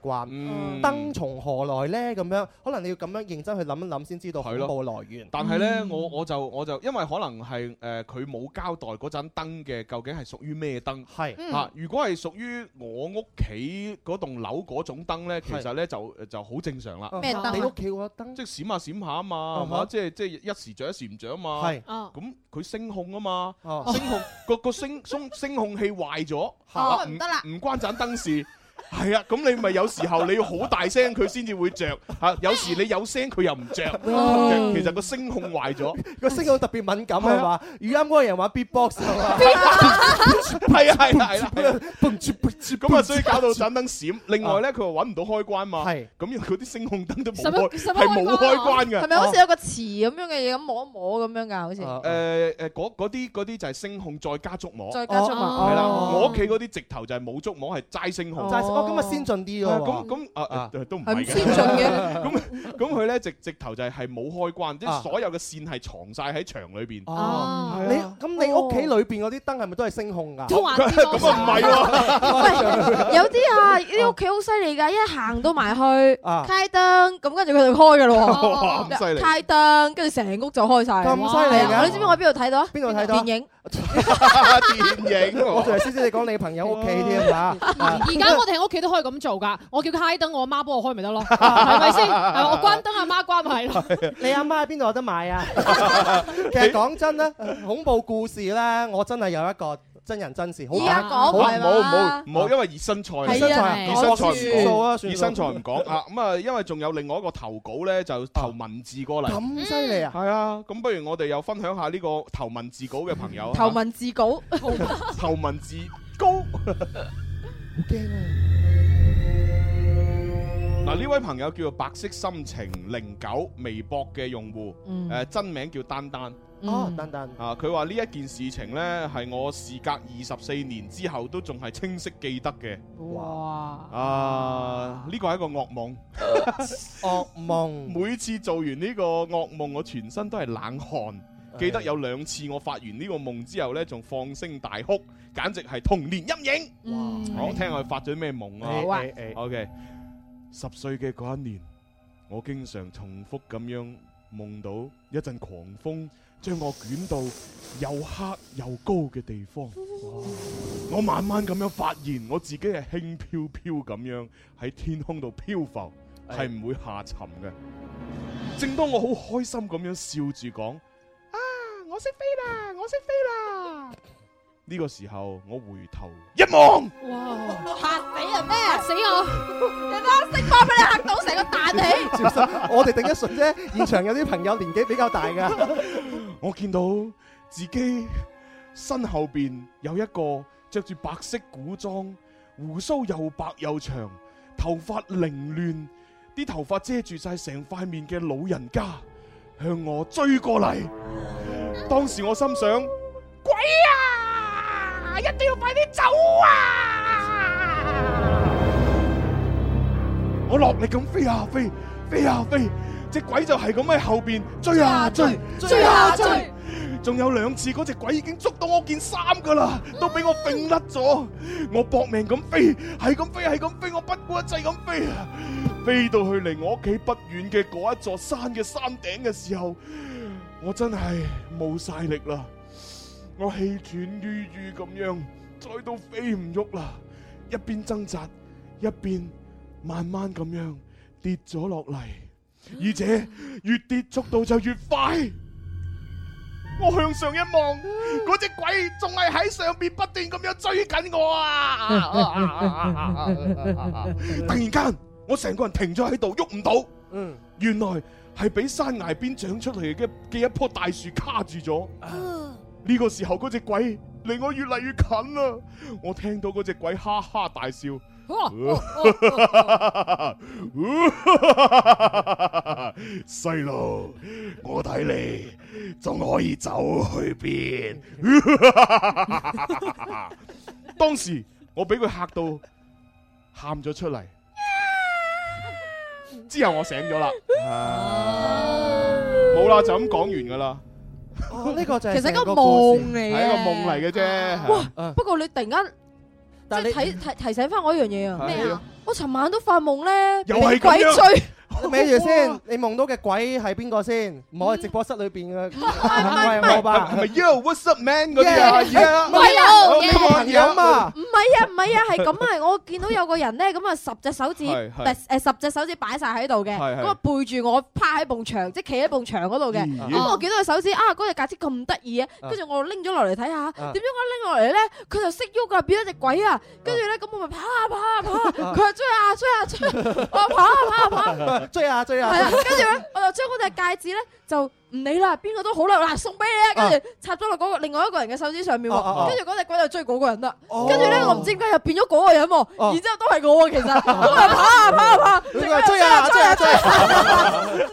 關，嗯燈從何來呢？咁樣可能你要咁樣認真去諗一諗先知道係恐咯怖來源。但係嗯咧，我我就我就因為可能係誒佢冇交代嗰盞燈嘅究竟係屬於咩燈？係嚇，如果係屬於我屋企嗰棟樓嗰種燈咧，其實咧就就好正常啦。咩燈啊你屋企嗰個燈即係閃下閃下啊嘛，係啊哈嘛？即係即係一時着一時唔着啊嘛。係哦哦咁佢聲控啊嘛，聲控個個聲聲聲控器壞咗，哦啊唔得啦唔關盞燈事。係啊，咁你咪有時候你要好大聲佢先至會着嚇，有時你有聲佢又唔着，哇其實個聲控壞咗。個聲音特別敏感係嘛？語音嗰個人玩 beatbox 係嘛？係啊係啊係啊係啊，咁啊所以搞到盞燈啊閃。另外咧，佢話揾唔到開關嘛，咁佢啲聲控燈都冇使乜開，使乜啊係冇開關嘅。啊係咪好似有個池咁樣嘅嘢咁摸一摸咁樣㗎？好似啊哦誒誒嗰嗰啲嗰啲就係聲控再加觸摸，再加觸摸係啦。哦我屋企嗰啲直頭就係冇觸摸，係齋聲控。齋聲哦咁啊先進啲咯係喎咁咁啊誒都唔係咁先進嘅咁 *laughs* 咁佢咧直直頭就係係冇開關，即係啊所有嘅線係藏晒喺牆裏邊。哦，係你啊咁你屋企裏邊嗰啲燈係咪都係聲控㗎？都話知多咁啊唔係 *laughs* 喎有 *laughs* 啲啊，啲屋企好犀利㗎，一行到埋去啊開燈，咁跟住佢就開㗎 *laughs* 哇咯喎，咁犀利開燈，跟住成屋就開晒。咁犀利㗎係啊你知唔知我喺邊度睇到啊？邊度睇到啊電影。電影我仲係先知你講你朋友屋企添嚇。而家我哋喺屋企都可以咁做㗎，我叫佢開燈，我阿媽幫我開咪 *laughs* 得咯，係咪先？係我關燈，阿媽關咪係咯。你阿媽喺邊度有得買啊？其實講真咧，恐怖故事咧，我真係有一個真人真事，好哦好啊好唔好唔好唔好，因為熱身賽熱身賽啊熱身賽講算數啊唔講，算數熱身賽唔講啊。咁啊，因為仲有另外一個投稿咧，就投文字過嚟。咁犀利啊！係啊，咁不如我哋又分享下呢個投文字稿嘅朋友啊。頭文字 *laughs* 稿， *laughs* 投文字高。嗱，呢位朋友叫做白色心情零九微博嘅用戶，誒、嗯真名叫丹丹。哦，等等，啊！佢話呢一件事情呢，係我事隔二十四年之後都仲係清晰記得嘅。哇！啊！呢個係一個噩夢， *laughs* 噩夢。 *laughs* 每次做完呢個噩夢，我全身都係冷汗。記得有兩次我發完呢個夢之後呢，仲放聲大哭，簡直係童年陰影。哇我聽下佢發咗啲咩夢啊？嗯好啊哎 OK，十歲嘅嗰一年，我經常重複咁樣夢到一陣狂風將我捲到又黑又高嘅地方。我慢慢咁樣發現，我自己係輕飄飄咁樣喺天空度漂浮，係唔會下沉嘅。正當我好開心咁樣笑住講我識飛啦，我識飛啦！呢個時候，我回頭一望。哇！嚇死人咩？嚇死我！人哋識波俾你嚇到成個彈起。接受我哋頂一順啫，現場有啲朋友年紀比較大㗎。 *laughs* 我見到自己身後邊有一個着住白色古裝、胡鬚又白又長、頭髮凌亂、啲頭髮遮住晒成塊面嘅老人家向我追過嚟。當時我心想：鬼啊！一定要快啲走啊！我落力咁飛啊飛，飛啊飛，只鬼就係咁喺後邊追啊追，追啊追。仲有兩次，嗰只鬼已經捉到我件衫噶啦，都俾我揈甩咗。我搏命咁飛，係咁飛，係咁飛，我不顧一切咁飛啊！飛到去離我屋企不遠嘅嗰一座山嘅山頂嘅時候，我真係冇晒力啦，我氣喘吁吁咁樣，再都飛唔喐啦，一邊掙扎，一邊慢慢咁樣跌咗落嚟，而且越跌速度就越快。我向上一望，嗰只鬼仲係喺上邊不斷咁樣追緊我啊！突然間，我成個人停咗喺度，喐唔到。嗯，啊原來係俾山崖邊長出嚟嘅嘅一棵大樹卡住咗。呢個時候嗰只鬼離我越嚟越近啦！我聽到嗰只鬼哈哈大笑。 *laughs* 細路，我睇你仲可以走去邊？ *laughs* 當時我俾佢嚇到喊咗出嚟，之後我醒咗啦，啊冇啦就咁講完噶啦。哦，呢個就其係實一個成故事夢嚟嘅係一個夢嚟嘅啫。啊哇！不過你突然間但係即係提提提醒翻我一樣嘢啊！咩啊係啊？我尋晚都發夢咧，又俾係鬼咁樣追。你咪住先，你夢到嘅鬼係邊個先？唔好係直播室裏邊嘅，係係我吧？係咪 Yo What's up man 嗰啲啊？而家唔係啊，我有個朋友嘛。唔係啊，唔係啊，係咁啊！我見到有個人咧，咁啊十隻手指，係係誒誒十隻手指擺晒喺度嘅，係係咁啊背住我趴喺埲牆，即係企喺埲牆嗰度嘅。咦咁我見到個手指啊，嗰隻戒指咁得意啊，跟住我拎咗落嚟睇下，點知我拎落嚟咧，佢就識喐啊，變咗隻鬼啊！跟住咧咁我咪爬啊爬啊爬啊，啊佢話追啊追啊追啊，我爬啊爬啊爬啊。追啊追啊！係啊，跟住咧，我就將嗰隻戒指咧就唔理啦，邊個都好啦，嗱送俾你啊，跟住插咗落嗰個另外一個人嘅手指上面哦哦喎，哦跟住嗰隻鬼就追嗰個人啦，跟住咧我唔知點解又變咗嗰個人喎，哦然之後都係我喎，其實 *laughs* 都係跑啊跑啊跑，你話追啊追啊追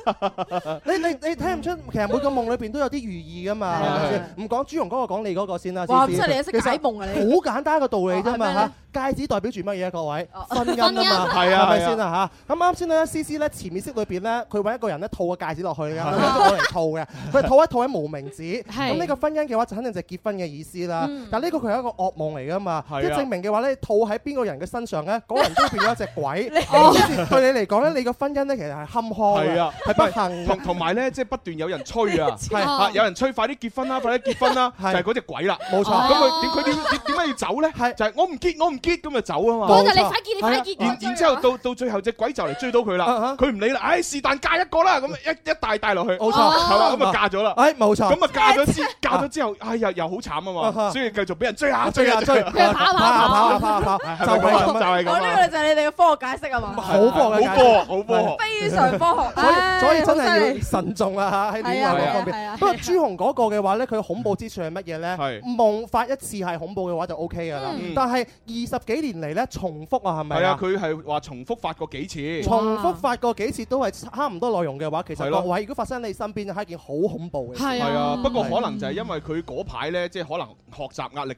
啊！你你你睇唔出，其實每個夢裏邊都有啲寓意噶嘛，係咪先？唔講朱紅嗰個，講你嗰個先啦。啊哇先真係你識其實解夢啊你好簡單一個道理啫哦係咩嘛咧哦嚇，戒指代表住乜嘢啊？各位，婚婚姻啊嘛，係啊係咪係啊先啊嚇？咁啱先咧，C C 咧潛意識裏邊咧，佢揾一個人咧套個戒指落去嘅，啊攞嚟套嘅，佢係套一套喺無名指。係咁呢個婚姻嘅話，就肯定就係結婚嘅意思啦嗯。但呢個佢係一個噩夢嚟噶嘛，係啊即係證明嘅話咧，套喺邊個人嘅身上咧，嗰個人都變咗一隻 *laughs* 鬼。哦於是對你嚟講咧，你個婚姻咧其實係坎坷嘅係啊，係不幸嘅同同埋咧，即係不斷有人催啊，係啊有人催快啲結婚啦，快啲結婚啦，就係嗰只鬼啦，啊冇錯咁佢點佢點點點解要走咧？就係我唔結，我唔結，咁就走啊嘛。冇錯嗰陣你快結你快係啊結我追然啊然之後到到最後只鬼就嚟追到佢啦，佢唔理啦，唉是但嫁一個啦，咁啊一一大帶落去，冇錯係嘛，咁啊嫁咗啦，唉冇錯咁啊嫁咗之嫁咗之後，哎呀又好慘啊嘛，所以繼續俾人追下追下追啊追佢啊就跑啊跑啊跑啊跑啊跑啊係咪咁啊就係咁啊就係咁哦我呢個啊，就係你哋嘅科學解釋啊嘛，好科學嘅解好釋科學好科學非常科學，唉啊所以所以真好犀係利要慎重啊嚇喺戀愛嗰方係啊係啊係啊面。不過朱紅嗰個嘅話咧，佢恐怖之處係乜嘢咧？係夢發一次係恐怖嘅話就 O K 㗎啦嗯。但係二十幾年嚟咧重複啊，係咪係啊，佢係話重複發過幾嗯次，重複發過幾次都係差唔多內容嘅話，其實係咯各位如果發生喺你身邊，係一件好恐怖嘅事。係啊，不過可能就係因為佢嗰排呢，即係可能學習壓力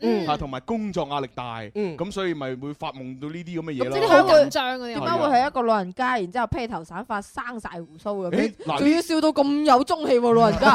嗯大，啊同埋工作壓力大，咁所以咪會發夢到呢啲咁嘅嘢即咯。係好緊張嗰啲，係點啊解會係一個老人家，然之後披頭散髮，生晒胡鬚咁誒樣，嗱仲要笑到咁有中氣喎，老人家。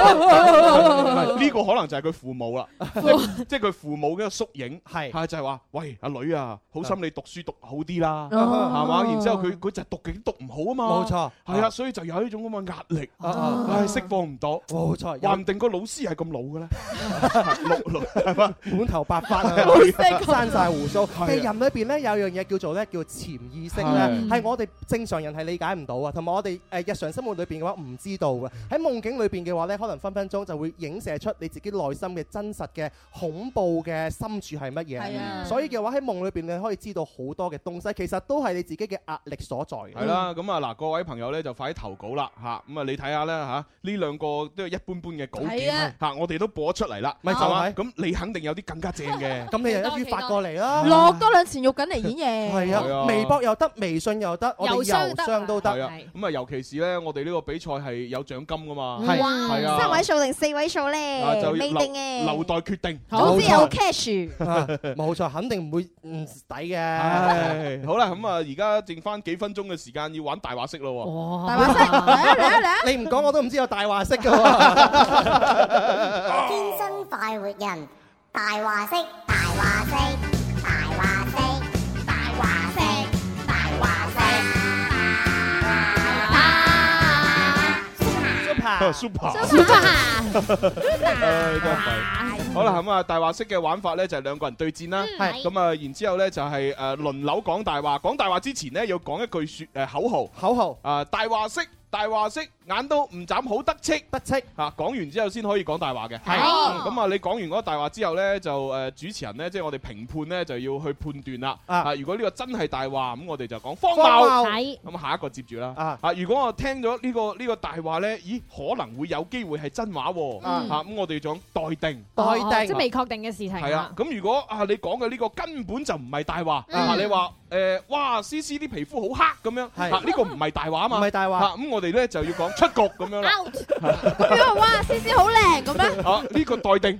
唔係呢個可能就係佢父母啦，即係即係佢父母嘅縮影，係係就係話：喂，阿女啊，好心你讀書讀好啲啦，哦係嘛？然之後佢佢就讀極都讀唔好啊嘛，冇錯係啊，所以就有呢種咁嘅壓力，啊啊唉，釋放唔到，冇錯話唔定個老師係咁老嘅咧， *laughs* 老老係嘛？滿頭白髮啊， *laughs* 生晒胡鬚。其啊實人裏邊咧有樣嘢叫做咧叫潛意識咧，係係我哋正常人係理解唔到啊，同埋我哋誒日常生活裏邊嘅話唔知道嘅。喺夢境裏邊嘅話咧，可能分分鐘就會影射出你自己內心嘅真實嘅恐怖嘅深處係乜係啊嘢。所以嘅話喺夢裏邊你可以知道好多嘅東西，其實都係你自己嘅壓力所在嘅。係啦，咁啊嗱，各位朋友咧就快啲投稿啦吓，咁啊你睇下啦吓，呢兩個都係一般般嘅稿係啊件吓，我哋都播咗出嚟啦，咪就係係嘛咁你肯定有啲更加正 *laughs* 嘅，咁你就一於發過嚟啦。落多兩錢肉緊嚟演係嘢。係啊啊，微博又得，微信 *laughs* 又得，我哋郵箱郵箱都得係。啊，咁啊尤其是咧，我哋呢個比賽係有獎金噶嘛，係係啊，三位數定四位數啊咧就，未留定嘅。留待決定，好似有 cash。啊 *laughs* 冇錯，肯定唔會唔抵嘅。 *laughs* 唉好啦，咁啊而家剩翻幾分鐘嘅時間要玩大話式咯喎，大話式嚟嚟嚟！ *laughs* 你唔講我都唔知有大話式嘅喎。 *laughs* 天生快活人，大話式，大話式，大話式，大話式，大話啊 *laughs* super *laughs* super 唉真係弊好啦，咁啊，大話式嘅玩法咧就係兩個人對戰啦，嗯咁啊，然之後咧就係呃誒輪流講大話，講大話之前咧要講一句説誒口號，口號啊大話式大話式眼都唔眨，好得戚得戚嚇。講完之後先可以講大話嘅。係嗯咁啊，你講完嗰個大話之後咧，就誒主持人咧，即係我哋評判咧，就要去判斷啦。啊，如果呢個真係大話，咁我哋就講荒荒謬。謬係咁下一個接住啦。啊，如果我聽咗呢個呢個大話咧，咦，可能會有機會係真話喎。嗯嚇咁我哋就講待定。哦即係未確定嘅事情係 *laughs* 啊，咁如果啊你講嘅呢個根本就唔係大話，啊你話誒哇思思啲皮膚好黑咁樣，啊呢個唔係大話啊嘛，唔係大話，咁我哋咧就要講出局咁樣啦。 *laughs* 咁樣哇，思思好靚咁咧，啊呢個待定，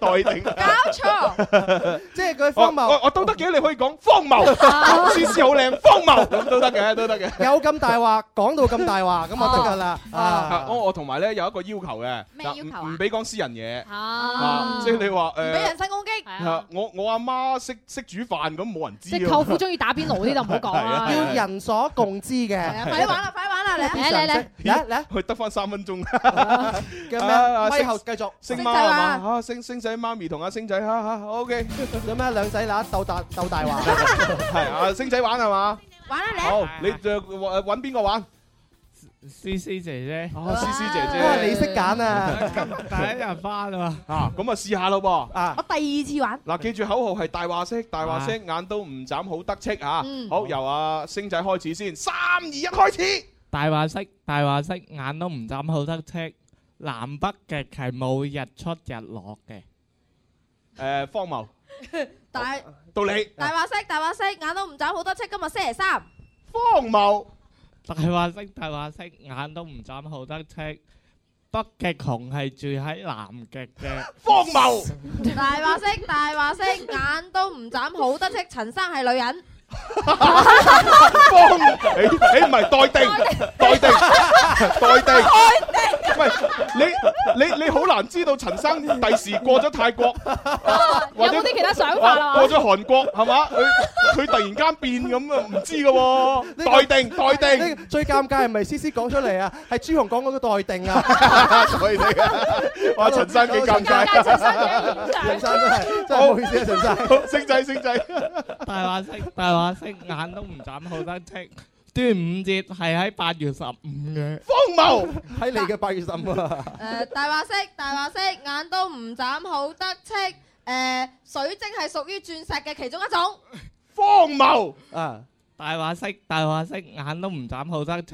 待定，搞錯。即係佢荒我謬，我都得嘅，你可以講荒謬，思思好靚，荒謬咁都得嘅，都得嘅。有咁大話，講到咁大話，咁就得㗎啦。啊，啊！我我同埋咧有一個要求嘅，咩要求啊嗱唔唔俾講私人嘢，啊即係你話誒，呃俾人身攻擊，啊我我阿媽識識煮飯咁冇人知即啊。係舅父中意打邊爐嗰啲就唔好講啦。係啊係啊要人所共知嘅。啊快啲玩啦，快啲玩啦，嚟啊嚟嚟嚟嚟 *laughs* 嚟，佢得翻三分鐘。 *laughs* 叫啊咩？啊咪星後繼續。星媽係嘛？啊，星星仔媽咪同阿星仔，哈哈，OK。 *laughs* 有咩兩仔乸鬥大鬥大話？ *laughs* 係啊，星仔玩係嘛？玩啦你。好，你就誒揾邊個玩？思思姐姐，哦，思思姐姐，哇你識揀啊！ *laughs* 第一日翻啊，啊，咁啊試下咯噃。啊我，第二次 *laughs* 玩，嗱，記住口號係大話式，大話式，眼都唔眨，好得戚啊嗯！好，由阿星仔開始先，三二一開始。 *laughs* 大話式，大話式，眼都唔眨好得戚。南北極係冇日出日落嘅，誒荒謬，大到你大話式，大話式，眼都唔眨好多戚，今日星期三，荒謬，大話式，大話式，眼都唔眨好得戚。北極熊係住喺南極嘅，荒 *laughs* 謬，大話式，大話式，眼都唔眨好多戚，陳生係女人，荒，誒誒唔係待定，待定，待定。喂，你你你好難知道陳生第時過咗泰國，Ờ. *laughs* Dạ, 有冇啲其他想 Ờ, 法啦啊過咗韓國係嘛？佢佢突然間變咁啊，唔知嘅喎。待定，待定。呢個最尷尬係咪思思講出嚟啊？係朱紅講嗰個待 *laughs* 定啊！待定啊！ *laughs* 哇，陳生幾尷尬。 *laughs* 陳生真係真係唔好意思啊，陳生。好，星仔，星仔。大話式， *laughs* 大話式，眼都唔眨好得戚。端午節係喺八月十五嘅，荒謬喺你嘅八月十五啊！誒大話式，大話式，眼都唔眨好多戚，誒水晶係屬於鑽石嘅其中一種，荒謬啊！大話式，大話式，眼都唔眨好得戚。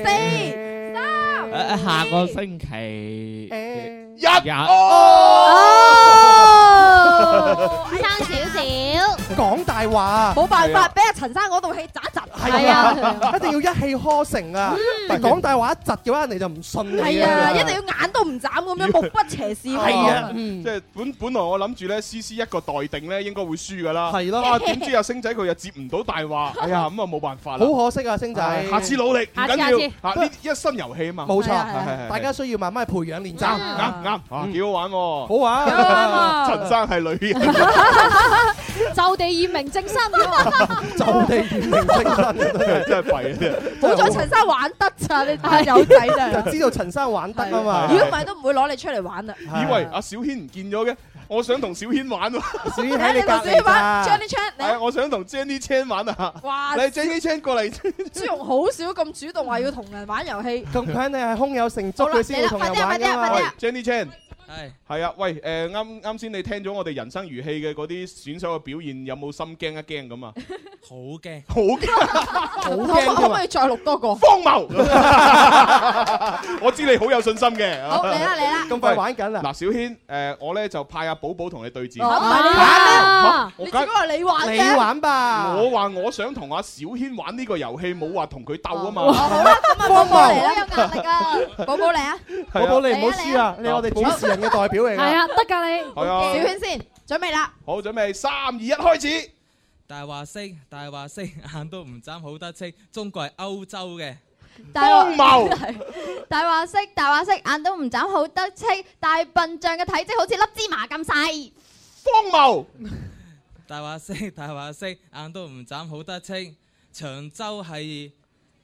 四三誒下個星期一哦，差少少。講大話，冇辦法，俾阿陳生嗰度氣渣一窒，係啊，一定要一氣呵成啊！你講大話一窒嘅話，人哋就唔信你。係啊，一定要眼都唔眨咁樣，目不斜視喎。係啊，嗯即係本本來我諗住咧，思思一個待定咧，應該會輸噶啦。係咯啊點知阿星仔佢又接唔到大話，哎呀，咁啊冇辦法啦。好可惜啊，星仔，下次努力，唔緊要。啊呢一身遊戲啊嘛。冇錯，係大家需要慢慢去培養練習。嗯啱啱啱，啊幾好玩喎！好玩幾好玩喎 *laughs* 陳生係女人。 *laughs* 就地以明正身啊喎。 *laughs* 就地掩明精神，真係弊啊！好彩陳生玩得咋，你真係有仔啦。就知道陳生玩得啊嘛。如果唔係都唔會攞你出嚟玩啦。以為阿小軒唔見咗嘅，我想同小軒玩喎。小軒喺你隔離㗎小軒玩，Jenny Chan，你我想同 Jenny Chan 玩啊！哇你 Jenny Chan 過嚟。朱容好少咁主動話要同人玩遊戲。咁佢肯定係胸有成竹，佢先會同人玩㗎嘛。 Jenny Chan。係係啊，喂，誒啱啱先你聽咗我哋人生如戲嘅嗰啲選手嘅表現，有冇心驚一驚咁啊？好驚，好驚，可驚可㗎嘛可唔可以再錄多個？荒謬！我知你好有信心嘅。好嚟啦嚟啦咁快玩緊啊啦嗱，小軒，誒我咧就派阿寶寶同你對戰。哦唔係你玩 à? 啊嚇我你梗自己話你玩嘅你玩吧我話我想同阿小軒玩呢個遊戲，冇話同佢鬥啊嘛。好啦，咁啊，寶寶嚟啦，有壓力啊！寶寶嚟啊！寶寶你唔好輸啊！你係我哋 Ờ, 主持人嘅代表嚟㗎。啊，得㗎你。係啊小圈先，準備啦！好，準備三二一，開始。大話式，大 *laughs* 話式，眼都唔眨好得戚。中國係歐洲嘅， *laughs* 荒 *laughs* 謬大話式，大話式，眼都唔眨好得戚。大笨象嘅體積好似粒芝麻咁細。荒謬！大話式，大話式，眼都唔眨好得戚。長洲係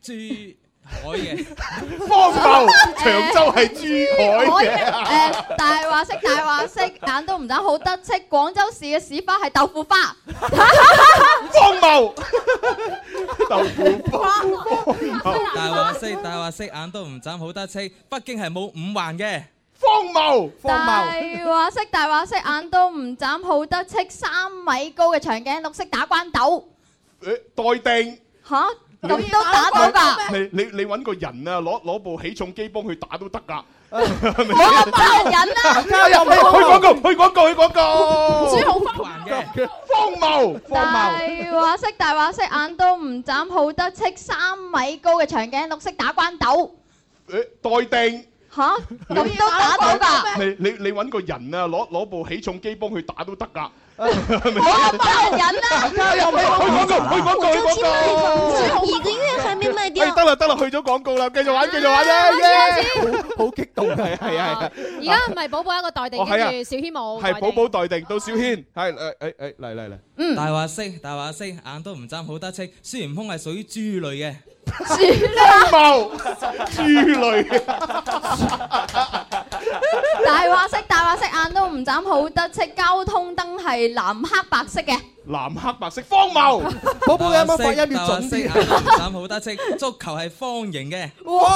豬海嘅， *laughs* 荒謬 *laughs* 長洲係珠海嘅誒大話式大話式，眼都唔眨好得戚。廣州市嘅市花係豆腐花，荒謬。豆腐大話式大話式，眼都唔眨好得戚。北京係冇五環嘅，荒謬大話式大話式，眼都唔眨好得戚。三米高嘅長頸綠色打關鬥，誒待定。吓？咁都打到㗎？你你你揾個人啊，攞攞部起重機幫佢打都得㗎。冇咁多人啦！加入去廣告，去廣告，去廣告。朱紅荒嘅，荒謬，大荒謬。話式大話式，眼都唔眨好得戚。三米高嘅長頸綠色打關鬥， *laughs* 誒待定。吓？咁都打到㗎？你你你揾個人啊，攞攞部起重機幫佢打都得㗎。冇咁多人啦！加油！去廣告，去廣告，去廣告。一个月还没卖掉哎，。得啦得啦，去咗廣告啦，繼續玩，繼續玩啦，耶！好好激動，係係係。而家唔係寶寶一個待定，哦跟係啊住小軒冇係待寶定。寶待定，到小軒，係誒誒誒嚟嚟嚟。嗯大話式大話式，眼都唔眨好得戚。孫悟空係屬於豬類嘅，荒謬，豬類。 *laughs* 大話式大話式，眼都唔眨好得戚。交通燈係藍黑白色嘅，藍黑白色，荒謬。寶寶有大話式大話式眼都唔眨啊好得戚。足球係方形嘅，哇！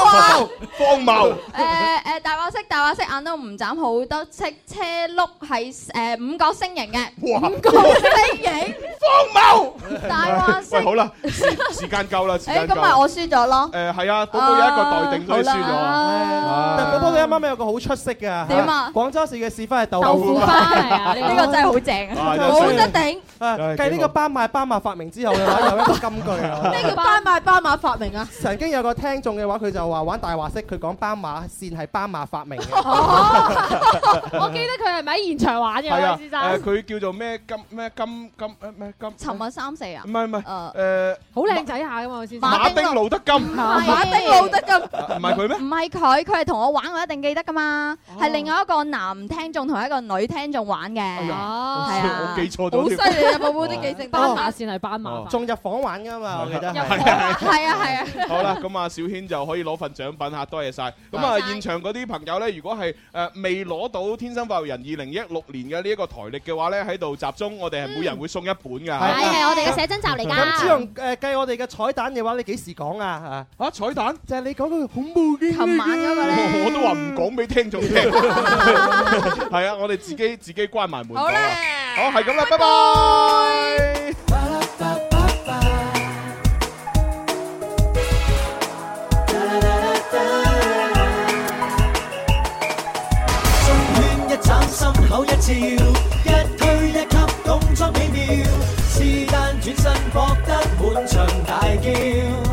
荒謬。誒誒，大話式大話式，眼都唔眨好得戚。車轆係誒五角星形嘅，五角星形，荒謬。大話式喂，好啦，時時間夠啦，時誒，間夠。咁咪我輸咗咯。誒係啊，寶寶有一個待定，所以輸好咗。啦但寶寶你啱啱有個好出色嘅，點啊廣州市嘅市花係豆豆腐花係 *laughs* 啊，呢個真係好啊正真啊，係冇得頂。啊繼呢個斑馬斑馬發明之後嘅話，有一個金句 *laughs* 啊！咩叫斑馬斑馬發明啊？曾經有個聽眾嘅話，佢就話玩大話式，佢講斑馬線係斑馬發明嘅。 *laughs* 哦 *laughs* 我記得佢係咪喺現場玩嘅係位啊，先誒生？佢叫做咩金咩金金誒咩金？沉默三四啊唔？係唔誒係誒好靚仔下噶嘛，先生。馬丁路德金，馬丁路德金唔係佢咩？唔係佢，佢係同我玩，我一定記得噶嘛。係另外一個男聽眾同一個女聽眾玩嘅，係啊我，記錯咗。好犀利啊！寶寶啲記性，斑馬線係斑馬哦法。仲入房玩㗎嘛，我記得係。啊係啊係啊。好啦，咁啊，小軒就可以攞份獎品嚇，多謝晒。咁啊，現場嗰啲朋友呢，如果係誒未攞到《天生發育人》二零一六年嘅呢一個台歷嘅話呢，喺度集中，我哋係每人會送一本㗎。係係我哋嘅寫真集嚟㗎咁朱紅誒計我哋嘅彩蛋嘅話，你幾時講啊？啊彩蛋就係你講嗰個恐怖嘅。琴晚嗰個 *laughs* 我我都話唔講俾 *laughs* 聽眾聽， *laughs* 係啊，我哋自己自己關埋門。好啦，好係咁啦，拜拜。中圈一斬心口一笑，一推一吸動作美妙，是但轉身博得滿場大叫。